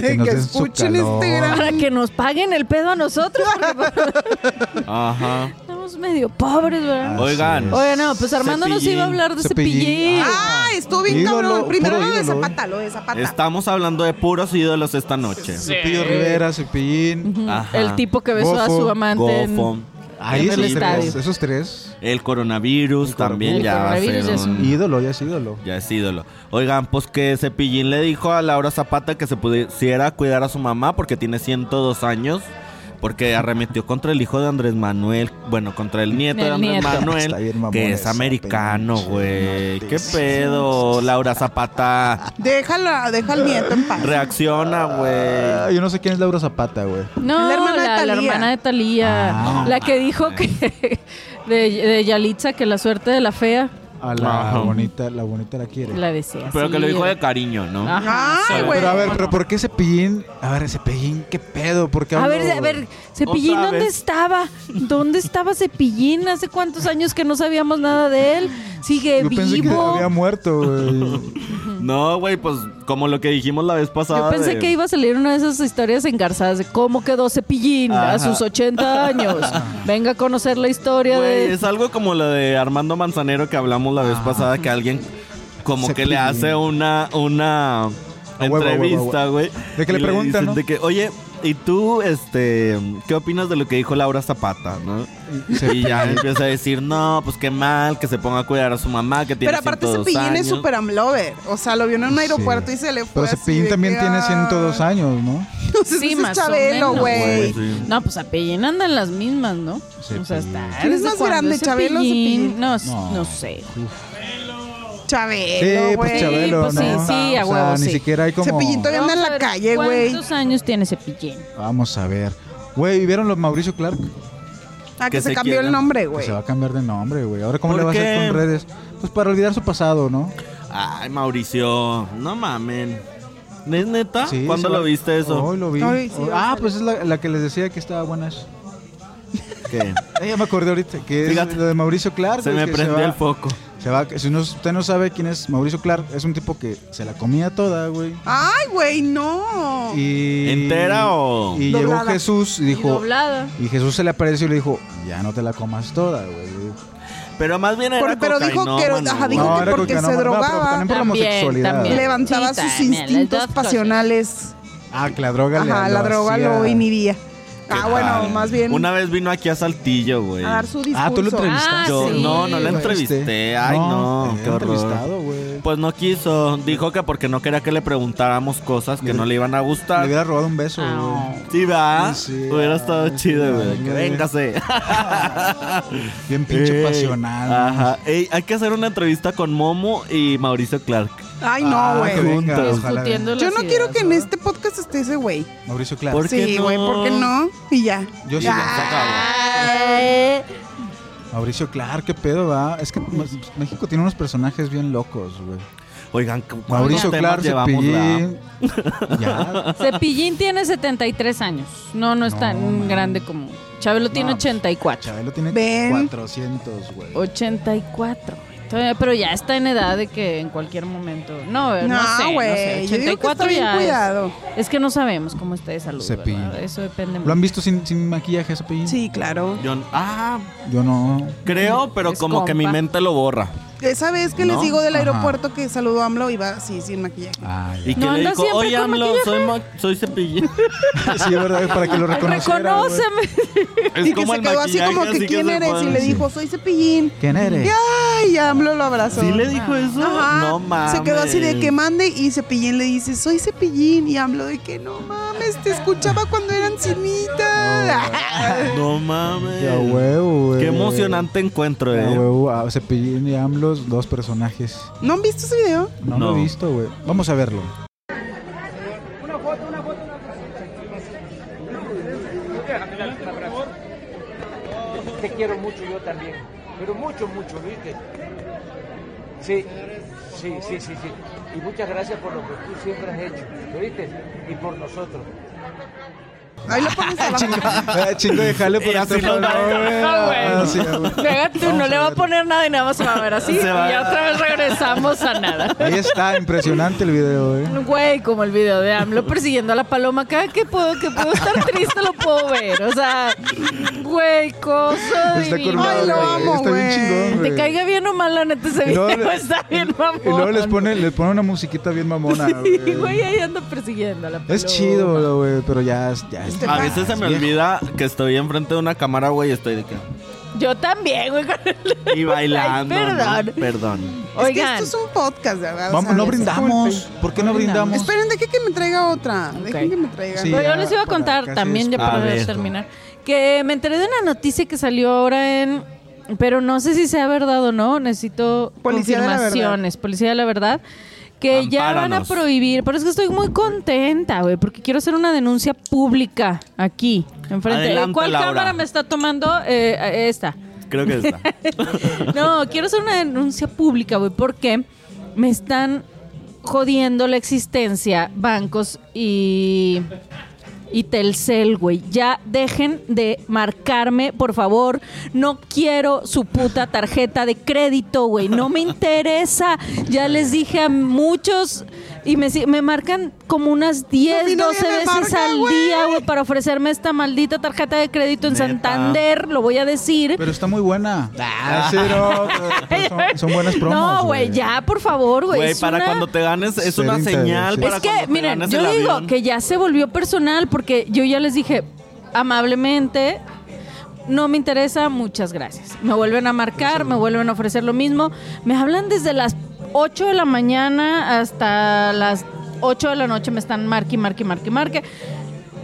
que nos den su
escuchen
calor.
este gran.
Para que nos paguen el pedo a nosotros, porque pues,
Ajá.
estamos medio pobres, ¿verdad?
Así
Oigan.
es.
Oye, no, pues Armando nos
Cepillín.
iba a hablar de
Cepillín.
cepillín.
Ah, estuvo bien
Ídolo,
cabrón. Primero
puro
lo de
ídolo, ¿eh?
Zapata, lo de Zapata.
Estamos hablando de puros ídolos esta noche.
Cepillo Rivera, Cepillín.
Ujú,
Ajá.
El tipo que besó a
Gofo,
su amante. en-
Gofo.
Ahí
En el
esos tres,
estadio.
esos tres.
El coronavirus también
El
ya va a ser
coronavirus ya es
un-
Ídolo, ya es ídolo.
Ya es ídolo. Oigan, pues que Cepillín le dijo a Laura Zapata que se pudiera cuidar a su mamá porque tiene 102 años. Porque arremetió contra el hijo de Andrés Manuel. Bueno, contra el nieto
El
de Andrés
nieto.
Manuel.
Está bien mamón
que es
esa
americano,
pinche
güey. ¿Qué
noticia.
pedo, Laura Zapata?
Déjala, deja al nieto en paz.
Reacciona,
Ah,
güey.
yo no sé quién es Laura Zapata, güey.
No,
La
la
hermana
hermana
de
la, de
Thalía.
hermana de Talía.
Ah.
la que dijo que de, de Yalitza que la suerte de la fea
A la
Ajá.
bonita, la bonita la quiere.
la desea.
Pero
sí,
que lo dijo
eh.
de cariño, ¿no?
Ajá,
Ay,
sí.
güey.
Pero a ver, pero ¿por qué Cepillín? A ver, Cepillín, ¿qué pedo? ¿Por qué
A
habló,
ver, a
güey?
ver, Cepillín,
Otra
¿dónde
vez.
estaba? ¿Dónde estaba Cepillín? ¿Hace cuántos años que no sabíamos nada de él? Sigue
Yo pensé que
vivo.
había muerto, güey.
No, güey, pues como lo que dijimos la vez
Yo
pasada.
pensé
de-
que iba a salir una de esas historias engarzadas de cómo quedó Cepillín a
Ajá.
sus 80 años. Venga a conocer la historia
Güey,
de...
es algo como lo de Armando Manzanero que hablamos la
Ah.
vez pasada, que alguien como que le hace una, una
A huevo, a huevo, a huevo.
entrevista, güey.
De que
y
le preguntan,
dicen
¿no?
De que, oye, ¿y tú, este, qué opinas de lo que dijo Laura Zapata, no? Y ya empieza a decir, no, pues qué mal, que se ponga a cuidar a su mamá, que tiene
Pero aparte
102
Cepillín
años.
es super amlover. O sea, lo vio en un aeropuerto y se le fue
Pues
Pero
así
Cepillín
de
también
que,
tiene 102
ah.
años, ¿no?
Entonces
Sí,
ese es
más o
Chabelo,
menos.
Güey,
güey.
sí.
No, pues Cepillín anda en las mismas, ¿no? O sea, está...
Cepillín.
¿Quién
¿desde
es más
cuándo
grande,
es
Chabelo o Cepillín?
No,
pues, No.
no, sé.
Chabelo,
pues Sí,
güey.
pues Chabelo,
Eh, pues
¿no?
sí, sí, a
o sea,
huevo,
ni
sí.
siquiera hay como...
Cepillín todavía anda en
Vamos a
la
ver,
calle, güey.
¿Cuántos años tiene Cepillín?
Vamos a ver. Güey, ¿vieron los Mauricio Clark?
Ah, que,
Que
se
se
cambió el
quieran.
nombre,
Que
güey.
se va a cambiar de nombre, güey. Ahora, ¿cómo
¿Por
le va a hacer
qué?
con redes? Pues para olvidar su pasado, ¿no?
Ay, Mauricio, no mamen. ¿Es neta?
Sí,
¿Ah? ¿Cuándo
se va-
lo viste eso?
Hoy lo vi.
Hoy sí,
Hoy-
hoy
ah,
salió.
pues es la, la que les decía que estaba buenas.
¿Qué?
ya me acordé ahorita, que
Fíjate.
es lo de Mauricio Clark.
Se
güey,
me
que
prendió
va-
el foco.
Se va, que si no- usted no sabe quién es Mauricio Clark, es un tipo que se la comía toda, güey.
Ay, güey, no.
Y,
¿Entera o...?
Y
Doblada.
llegó Jesús y
Y
dijo...
doblada.
Y, Jesús se le apareció y le dijo, ya no te la comas toda, güey.
Pero más bien era
Por- pero dijo que era-
cocainómano,
ajá, dijo
güey.
que
era
porque
cocainómano,
se
no, pero
drogaba.
también por
También,
la homosexualidad.
también. Le-
Levantaba
Sí,
sus
también, las
instintos
dos cosas.
pasionales.
Ah, que la droga le
Ajá,
lo
la droga lo
hacía-
inhibía. Ah, bueno,
tal?
más bien
Una vez vino aquí a Saltillo, güey.
a dar su Este, discurso.
Ah, tú lo entrevistaste.
Ah,
Yo-
sí,
no, no la
güey.
entrevisté. Ay, no,
te
qué
había
horror.
eh, entrevistado, güey.
Pues no quiso. Dijo que porque no quería que le preguntáramos cosas que
Le-
no le iban a
Le
gustar.
hubiera robado un beso,
Ah.
güey.
Sí, va.
Sí,
Hubiera
ay,
estado chido, güey.
ay,
Que
güey.
véngase.
Bien pinche
Ey,
pasional.
Ajá. Ey, hay que hacer una entrevista con Momo y Mauricio Clark.
Ay,
Ah,
no,
que
güey.
venga,
Juntos.
ojalá venga.
Discutiendo
Yo
las
no quiero
ideas,
que en
¿no?
este podcast esté ese güey.
Mauricio Clark.
¿Por qué
Sí,
no?
güey, ¿por qué no? Ah. Y ya.
Yo sí.
Eh,
pues, Mauricio Clark, qué pedo, va. Es que México tiene unos personajes bien locos, güey.
Oigan, ¿cu- cuántos
Mauricio
temas
Clark,
llevamos la-
Cepillín. Ya.
Cepillín tiene 73 años. No, no es
No,
tan
man.
grande como. Chabelo tiene
No, pues,
84.
Chabelo tiene
Ven.
400, güey.
84. Todavía- pero ya está en edad de que en cualquier momento. No, no, sé,
No,
no
güey.
sé.
Yo digo que
84
está bien
ya. es-
cuidado.
Es, que no sabemos cómo está de salud.
Cepillín.
¿verdad? Eso depende
¿Lo han
mucho.
visto sin, sin maquillaje, Cepillín?
Sí, claro.
Yo- ah,
Yo no.
creo, pero
Es
como que mi
compa.
mente lo borra.
Esa vez que les
¿No?
digo del
Ajá.
aeropuerto que saludó a AMLO iba así, sin maquillaje.
Ah, ya.
Y que
No,
le
anda
dijo,
siempre
oye,
con
AMLO, soy, ma- soy cepillín.
Sí, es verdad, para que lo reconociera. güey.
Reconóceme.
Es
y que se quedó así
maquillaje,
como que
así
quién
se
eres
pone.
y le dijo, soy cepillín.
¿Quién eres?
Y ay, y AMLO lo abrazó.
¿Sí le dijo eso?
Ajá.
No mames.
Se quedó así de que mande y Cepillín le dice, soy Cepillín. Y AMLO de que no mames, te escuchaba cuando eran cinitas.
No mames.
Ya, huevo, güey.
Qué emocionante encuentro,
Ya,
eh.
huevo. ah, Cepillín y AMLO, dos personajes.
¿No han visto ese video?
No, lo
No.
he visto, güey. Vamos a verlo.
Te quiero mucho yo también, pero mucho, mucho, ¿viste? Sí, sí, sí, sí, sí. Y muchas gracias por lo que tú siempre has hecho, ¿viste? Y por nosotros.
Ahí lo pones abajo.
Ah, chingo, déjale por
Y así
atrás.
lo va a
dejar, güey.
Ah,
Deja Ah, tú,
Vamos
no
a
le va a
ver.
poner nada y nada más se va a ver así.
Se va.
Y otra vez regresamos a nada.
Ahí está, impresionante el video, güey.
Güey, como el video de AMLO persiguiendo a la paloma. Cada que puedo, que puedo estar triste, lo puedo ver. O sea, güey, cosa
Está
divina.
curvado,
Ay, lo
güey.
amo,
Está bien
güey.
chingón,
Te
güey.
caiga bien o mal, la neta, ese
Y luego
video
le-
está bien mamón.
Y luego les pone, les pone una musiquita bien mamona,
Sí,
güey.
güey, ahí anda persiguiendo a la paloma.
Es chido, güey, pero ya, es- ya
Este
es-
A veces se me
viejo.
olvida que estoy enfrente de una cámara, güey, y estoy de que...
Yo también, güey. con el-
Y bailando.
Ay,
¿no?
perdón.
Perdón.
Es que
Oigan,
esto es un podcast, ¿verdad? O
Vamos,
sea,
no brindamos. ¿Por qué no brindamos?
Esperen, deje que me traiga otra.
Ok.
Dejen que me traiga.
Sí.
Pero yo
ya
les iba a
para
contar
casi
también, ya
despedir
para
esto.
terminar, que me enteré de una noticia que salió ahora en... Pero no sé si sea verdad o no, necesito
Policía de la verdad.
confirmaciones. Policía de la verdad. Que ya van a
Ampáranos.
prohibir. Pero es que estoy muy contenta, güey, porque quiero hacer una denuncia pública aquí, enfrente.
Adelante,
¿Cuál
Laura.
cámara me está tomando? Eh, esta.
Creo que está.
No, quiero hacer una denuncia pública, güey, porque me están jodiendo la existencia bancos y, y Telcel, güey. Ya dejen de marcarme, por favor. No quiero su puta tarjeta de crédito, güey. No me interesa. Ya les dije a muchos y me, si- me marcan como unas 10,
mí nadie
12
me
veces
marca,
al
güey.
día, güey, para ofrecerme esta maldita tarjeta de crédito en
Neta.
Santander. Lo voy a decir.
Pero está muy buena. Ah, sí, no, pero son, son buenas promos.
No, güey, ya, por favor, güey.
Güey,
es
para
una-
cuando te ganes, es
Ser
una
interés,
señal
sí.
para
Es que,
cuando te
miren,
ganes
yo
el
digo
avión.
que ya se volvió personal porque yo ya les dije amablemente. No me interesa, muchas gracias. Me vuelven a marcar, me vuelven a ofrecer lo mismo. Me hablan desde las 8 de la mañana hasta las 8 de la noche. Me están marque, marque, marque, marque.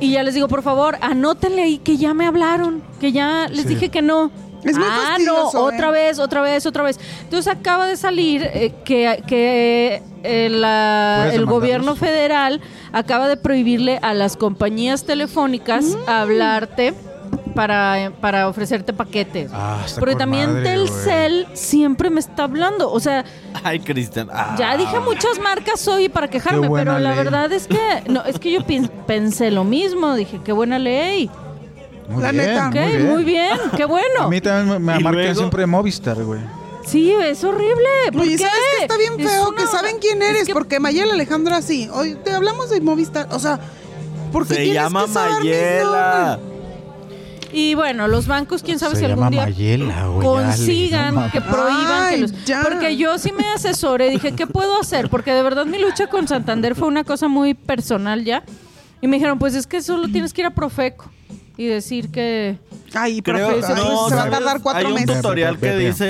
Y ya les digo, por favor, anótenle ahí que ya me hablaron, que ya les
Sí.
dije que no.
Es muy
ah, no,
fastidioso, ¿eh?
otra vez, otra vez, otra vez. Entonces acaba de salir eh, que, que eh, la-
¿Puedes
el
demandarlos?
gobierno federal acaba de prohibirle a las compañías telefónicas hablarte para, para ofrecerte paquetes.
Ah, está
Porque
con
también
madre,
Telcel siempre me está hablando. O sea,
Ay, Cristian. ah.
ya dije muchas marcas hoy para quejarme,
Qué buena
pero la
ley.
verdad es que no, es que yo pin- pensé lo mismo, dije, qué buena ley.
Ah, Muy
La
bien,
neta.
Ok, muy bien, qué
A
bueno.
mí también me, me
Y
marca
luego-
siempre Movistar, güey.
Sí, es horrible. ¿Por
Oye,
qué?
¿sabes que está bien
Es
feo?
una-
Que saben quién
es
eres,
que-
porque Mayel Alejandra sí. Hoy te hablamos de Movistar, o sea, ¿por qué
Se
tienes
llama
que saber mis
Mayela.
nombres?
Y bueno, los bancos, quién sabe si algún día
Mayela,
consigan que prohíban que
Ay,
los-
ya.
Porque yo sí me asesoré, dije, ¿qué puedo hacer? Porque de verdad mi lucha con Santander fue una cosa muy personal ya. Y me dijeron, pues es que solo tienes que ir a Profeco y decir que...
Ay,
Creo
profe,
no,
ay, se va a
¿sabes?
tardar cuatro
Hay un
meses.
tutorial
Ve, ve,
que
ve.
dice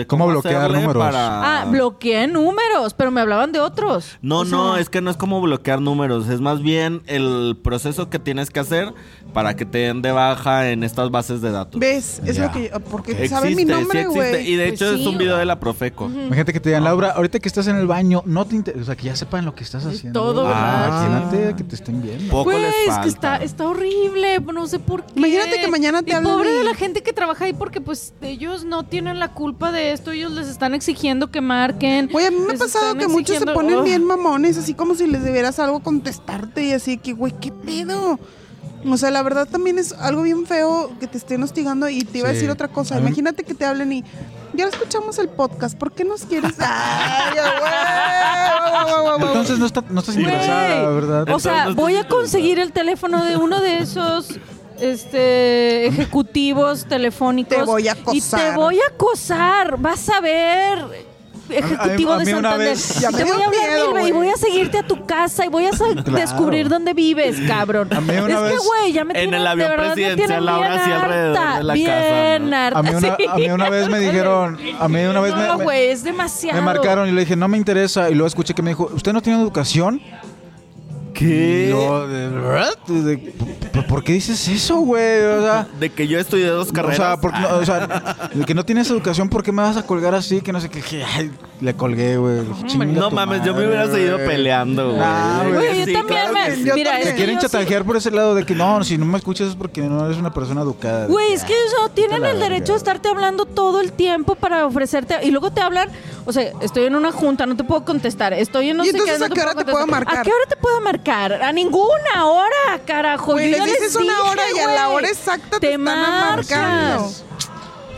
eh,
¿Cómo bloquear
hacerle
números?
para-
Ah, bloqueé números, pero me hablaban de otros.
No,
O sea,
no, es que no es como bloquear números, es más bien el proceso que tienes que hacer para que te den de baja en estas bases de datos.
¿Ves? Es
Ya.
lo que yo, porque
Existe,
saben mi
sí
nombre,
existe.
güey.
Y de
Pues
hecho
sí,
es un video de la Profeco.
Imagínate que te digan,
pues.
Laura, ahorita que estás en el baño, no te interesa, o sea, que ya sepan lo que estás haciendo.
todo, Ah.
güey.
¿verdad?
Imagínate que te estén viendo.
Poco
Güey,
les
es
falta.
que está, está horrible, no sé por qué.
Imagínate que mañana persona te
Y
hable
pobre
de-
de la gente que trabaja ahí porque pues ellos no tienen la culpa de esto, ellos les están exigiendo que marquen.
Oye, a mí me ha
les
pasado
están
que muchos se
exigiendo-
ponen
Oh.
bien mamones, así como si les debieras algo contestarte y así que, güey, qué pedo. O sea, la verdad también es algo bien feo que te estén hostigando y te iba a
Sí.
decir otra cosa.
A mí-
Imagínate que te hablen y ya escuchamos el podcast, ¿por qué nos quieres? Ay, güey, güey, güey, güey.
Entonces no, está, no estás interesada,
Güey.
¿verdad?
O sea,
Entonces,
voy a
entonces-
conseguir el teléfono de uno de esos este ejecutivos telefónicos
Te voy a
y te
acosar.
voy a acosar, vas a ver. Ejecutivo
a mí
de
una
Santander.
vez-
Ya me
Te
dio
voy a hablar
miedo,
mil veces y
güey.
voy a seguirte a tu casa y voy a sa- descubrir dónde vives, cabrón.
A mí una
es que,
vez-
güey, ya me
En
tienen,
el avión
de verdad, me
presidencial,
tienen
Laura,
bien
así alrededor
harta,
de la
bien
casa, ¿no?
harta.
A mí, una, a mí una vez me dijeron, a mí una vez me-
No,
me,
güey, es demasiado.
Me marcaron y le dije, no me interesa. Y luego escuché que me dijo, ¿usted no tiene educación? Y
¿Qué?
yo, ¿de verdad? De- ¿Por- ¿Por qué dices eso, güey? O sea,
De que yo estudié dos
o
carreras.
sea, por- no, o sea, de que no tienes educación, ¿por qué me vas a colgar así? Que no sé qué. Dije, ay, le colgué, güey. Chinga
No
tu
mames, yo me
madre,
hubiera seguido
güey.
peleando, güey.
Nah, güey.
Güey, yo
Sí,
también
claro
me.
que sí.
yo
mira,
también.
es
Te
que
quieren
yo sí-
chantajear por ese lado de que no, si no me escuchas es porque no eres una persona educada.
Güey, es que ellos no tienen
la
el
verga.
derecho de estarte hablando todo el tiempo para ofrecerte. Y luego te hablan, o sea, estoy en una junta, no te puedo contestar. Estoy en no
¿Y
sé qué,
entonces
no
a qué hora te
contestar.
puedo marcar?
¿A qué hora te puedo marcar? A ninguna hora, carajo.
Güey,
Yo
les
ya
dices una
dije,
hora y a la
güey.
hora exacta te,
Te
están
marcas.
marcando.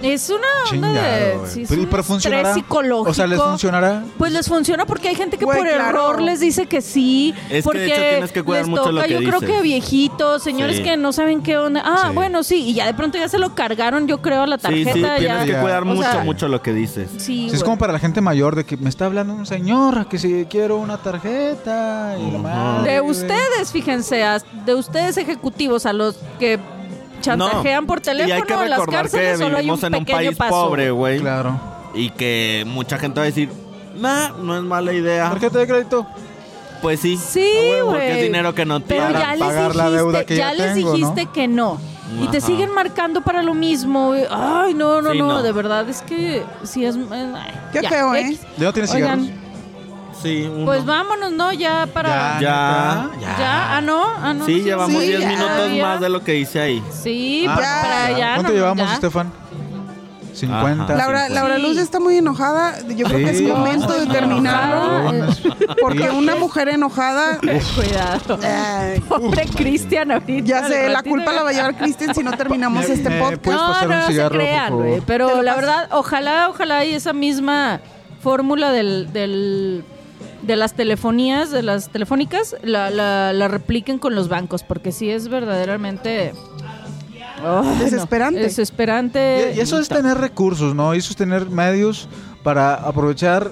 Es una onda
Chingado,
de.
güey.
sí, es
Pero, ¿y
un
pero
estrés
funcionará?
psicológico.
O sea, ¿les funcionará?
Pues les funciona porque hay gente que
Güey,
por
claro.
error les dice que sí.
Es que de
porque
hecho tienes que cuidar
les
mucho
toca,
lo que
yo creo
dices.
que viejitos, señores
Sí.
que no saben qué onda. Ah,
Sí.
bueno, sí. Y ya de pronto ya se lo cargaron, yo creo, a la
Sí,
tarjeta.
sí,
ya.
tienes que cuidar
O
mucho,
sea,
mucho lo que dices.
Sí,
Si es
güey.
como para la gente mayor, de que me está hablando un señor, que si quiero una tarjeta. Y la
Ujú.
madre,
De
güey.
ustedes, fíjense, as- de ustedes ejecutivos a los que chantajean
No.
por
Y
teléfono
hay que
en las
recordar que
cárceles solo hay un
vivimos en
pequeño
un país
paso.
pobre, güey.
Claro.
Y que mucha gente va a decir, nah, no es mala idea.
Tarjeta de crédito.
Pues sí.
Sí,
Ah, güey,
güey.
Porque es dinero que no te
Pero
para
ya les
pagar
dijiste,
la deuda que
ya
ya
les
tengo,
dijiste que no. Y te
Ajá.
siguen marcando para lo mismo. Y, Ay, no, no,
Sí,
no,
no.
De verdad es que si es. eh, ay,
Qué
ya,
feo, ¿eh?
X.
¿Ya no tienes
Oigan,
cigarros?
Sí, uno.
Pues vámonos, ¿no? Ya para. Ya.
Ya.
neta,
Ah, no. Ah, no.
sí,
no sé.
llevamos
Sí,
10
ya.
minutos más de lo que dice ahí.
Sí,
Ah,
para-
ya.
para allá.
¿Cuánto
no,
llevamos,
ya.
Estefan? 50.
Ajá.
Laura,
Sí.
Laura Luz ya está muy enojada. Yo creo que es
Pues Sí.
momento de
Ay,
terminarlo.
enojada.
Porque una mujer enojada.
Cuidado.
Eh, Ay,
Pobre Cristian ahorita.
Ya sé,
al
la
ratito
culpa
ya-
la va a llevar Kristen si no terminamos
Me-
este
me
podcast.
puedes pasar un cigarro, por favor?
güey,
Te
Pero
lo
la
paso.
verdad, ojalá, ojalá y esa misma fórmula del, del- de las telefonías, de las telefónicas, la, la- la repliquen con los bancos, porque sí es verdaderamente... Ay, no,
Desesperante.
desesperante.
Y, y eso es tener recursos, ¿no? Y eso es tener medios para aprovechar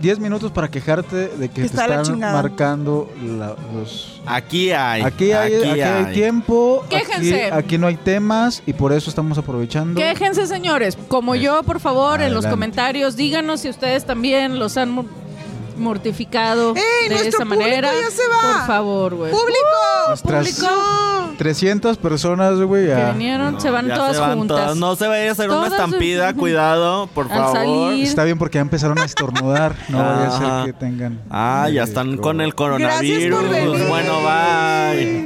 10 minutos para quejarte de que
Está
te
la
están
chingada.
marcando la- los...
Aquí hay.
Aquí hay, aquí hay tiempo, aquí,
Quéjense.
aquí no hay temas y por eso estamos aprovechando.
Quéjense, señores. Como yo, por favor, en los
Adelante.
comentarios, díganos si ustedes también los han mor- mortificado de
¡Ey, nuestro
esa manera.
público ya se va!
Por favor, güey.
¡Público!
Nuestras
¡No!
300 personas, güey,
Que
a-
vinieron, se van
Ya
todas
se van
juntas.
todas. No se vaya a hacer una
Todas
estampida,
juntas.
cuidado, por
Al
favor.
salir.
Está bien porque ya empezaron a estornudar. No vaya a
Ajá.
ser que tengan.
Ah, ya están con el coronavirus. Pues
venir.
Bueno, bye.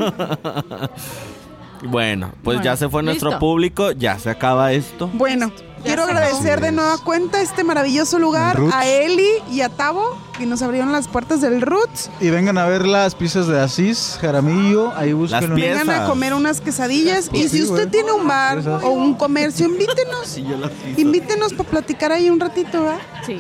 bueno, pues
Bueno,
ya se fue nuestro
listo.
público, ya se acaba esto.
Bueno, quiero
se
agradecer
acabó.
de nueva cuenta este maravilloso lugar
El Roots.
a Eli y a Tavo que nos abrieron las puertas del Roots.
Y vengan a ver las pizzas de Asís, Jaramillo. Ahí busquen
Las
una-
piezas.
Vengan a comer unas quesadillas
Pues
y
sí,
si usted
güey.
tiene un bar
Esas.
o un comercio, invítenos. Invítenos para platicar ahí un ratito, ¿va?
Sí,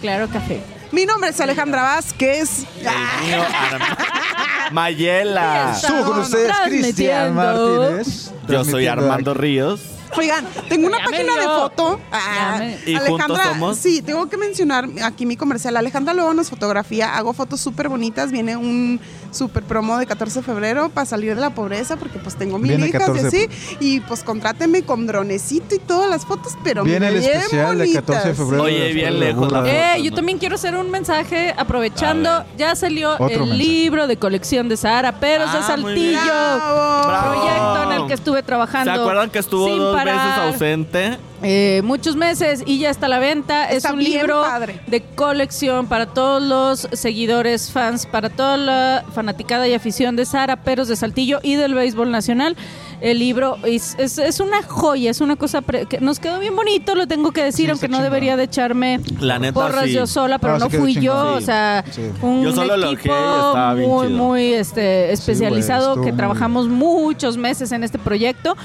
claro, café.
Mi nombre es Alejandra Vázquez.
El mío, Arm- Mayela.
Estuvo con ustedes Cristian
Transmitiendo.
Martínez.
Yo soy
transmitiendo
Armando Ríos.
Oigan, tengo una
Ya me
página de
dio.
foto.
Ya
Ah,
me-
¿Y juntos somos?
sí, tengo que mencionar aquí mi comercial. Alejandra luego nos fotografía, hago fotos súper bonitas. Viene un súper promo de 14 de febrero para salir de la pobreza, porque pues tengo mil
Viene
hijas
14
y así. Y pues contráteme con dronecito y todas las fotos, pero
Viene el
bien
especial del 14 de
bonitas.
febrero.
Oye,
de las
bien
Torres de
lejos la foto.
Burla.
Eh,
Ah, pues no.
yo también quiero hacer un mensaje
A
aprovechando. Ya salió
Otro
el
mensaje.
libro de colección de Sahara Peros de
Ah, muy bien.
Saltillo.
Bravo.
Bravo.
Proyecto en el que estuve
¿Se
trabajando.
acuerdan que estuvo
sin
dos veces
parar.
ausente?
eh, muchos meses y ya está a la venta.
Está
es un
bien
libro
padre.
de colección para todos los seguidores, fans, para toda la fanaticada y afición de Sara Peros de Saltillo y del béisbol nacional. El libro es, es- es una joya, es una cosa pre- que nos quedó bien bonito, lo tengo que decir,
Sí,
aunque
está
no
chingón.
debería de echarme
La neta,
porras
sí.
yo sola, pero
Ah, sí
no
quedó
fui yo,
chingón.
o sea,
Sí.
un
Yo solo lo
equipo
elogié y estaba bien
muy,
chido.
muy este, especializado
estuvo
que
muy
trabajamos muchos meses en este proyecto.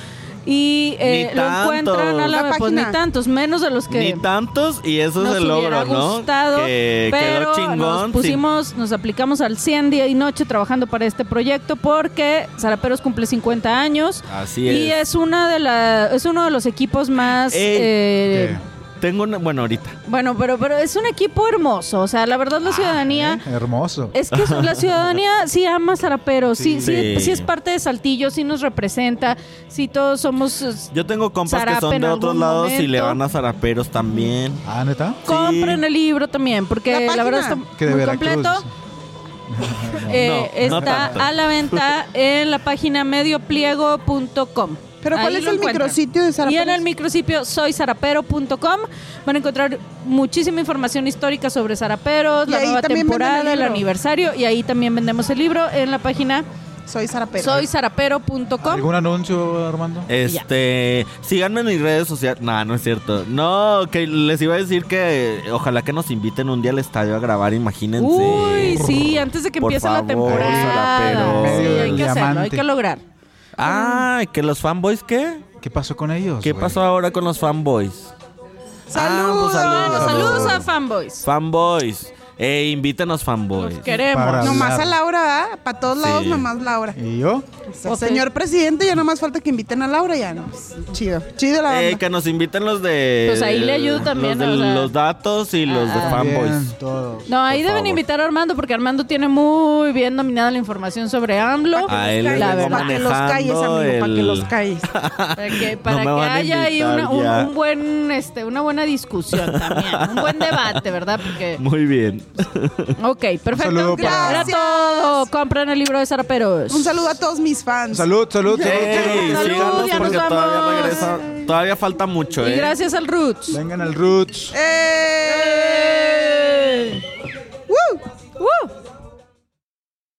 Y eh,
Ni
lo encuentran a la,
tantos. La
pues, ni
página.
tantos, menos de los que
Ni tantos, y eso
nos
es el
hubiera
logro, ¿no?
gustado,
que
pero
quedó chingón.
nos
sin-
pusimos, nos aplicamos al 100 día y noche trabajando para este proyecto porque Zaraperos cumple 50 años
Así
y
es.
es una de la, es uno de los equipos más
Ey.
eh,
Tengo una. Bueno, ahorita.
bueno, pero pero es un equipo hermoso, o sea, la verdad la ciudadanía
Hermoso.
es que eso, la ciudadanía sí ama a Zaraperos, sí, sí,
Sí.
sí es parte de Saltillo, sí nos representa, sí todos somos eh,
Yo tengo compas
Zarape
que son
en
de
algún
otros lados y le
momento.
van a zaraperos también.
Ah, neta.
compren el libro también
La
porque la,
página.
verdad está
Que de
muy
Veracruz.
completo. Eh,
No, no
está
tanto.
a la venta en la página mediopliego.com.
Pero ¿cuál
Ahí
es
lo
el
encuentran.
micrositio de Sara
Y en
Pérez?
el micrositio soyzarapero.com van a encontrar muchísima información histórica sobre zaraperos,
Y
la
ahí
nueva
también venden el
temporada, el
libro.
aniversario y ahí también vendemos el libro en la página
Soy Sara Pérez.
soyzarapero.com.
¿Algún anuncio, Armando?
Eh, Este, síganme en mis redes sociales. No, no es cierto. No, que les iba a decir que eh, ojalá que nos inviten un día al estadio a grabar, imagínense.
Uy, sí, antes de que
Por
empiece la
favor,
temporada.
Zaraperos.
Sí,
Medio
hay que hacerlo, hay
diamante.
que lograr.
Ah, que los fanboys qué?
¿Qué pasó con ellos?
¿Qué
Pues, güey?
pasó ahora con los fanboys?
¡Saludos!
Ah,
Saludos,
pues, Saludos.
a fanboys.
Fanboys. Eh, invítanos
Los
fanboys.
queremos.
Para-
Nomás
hablar.
a Laura, ¿verdad? Para todos
Sí.
lados, nomás Laura.
¿Y yo?
Ok.
Señor presidente, ya nomás falta que inviten a Laura, ya no. Chido, chido la
Eh,
banda.
que nos inviten los de.
Pues ahí le ayudo también,
Los, de
o sea.
los datos y los de
Ah.
Bien,
fanboys.
todo.
No, ahí
Por
deben
favor.
invitar a Armando porque Armando tiene muy bien dominada la información sobre AMLO.
A él le
la
vengo
verdad.
para que los calles, amigo, para que
el-
los calles.
Para que, para
me
que
van a
haya ahí una,
invitar
un,
ya.
un buen, este, una buena discusión también. Un buen debate, ¿verdad? Porque.
Muy bien.
Ok, perfecto.
saludo para-
Era todo. Compran el libro de Zaraperos.
Un saludo a todos mis fans.
Salud, salud, salud.
Ey,
salud,
síganos
ya nos
porque todavía
vamos.
regresa. Todavía falta mucho,
Y
eh.
gracias al Roots.
Vengan al Roots.
¡Eh!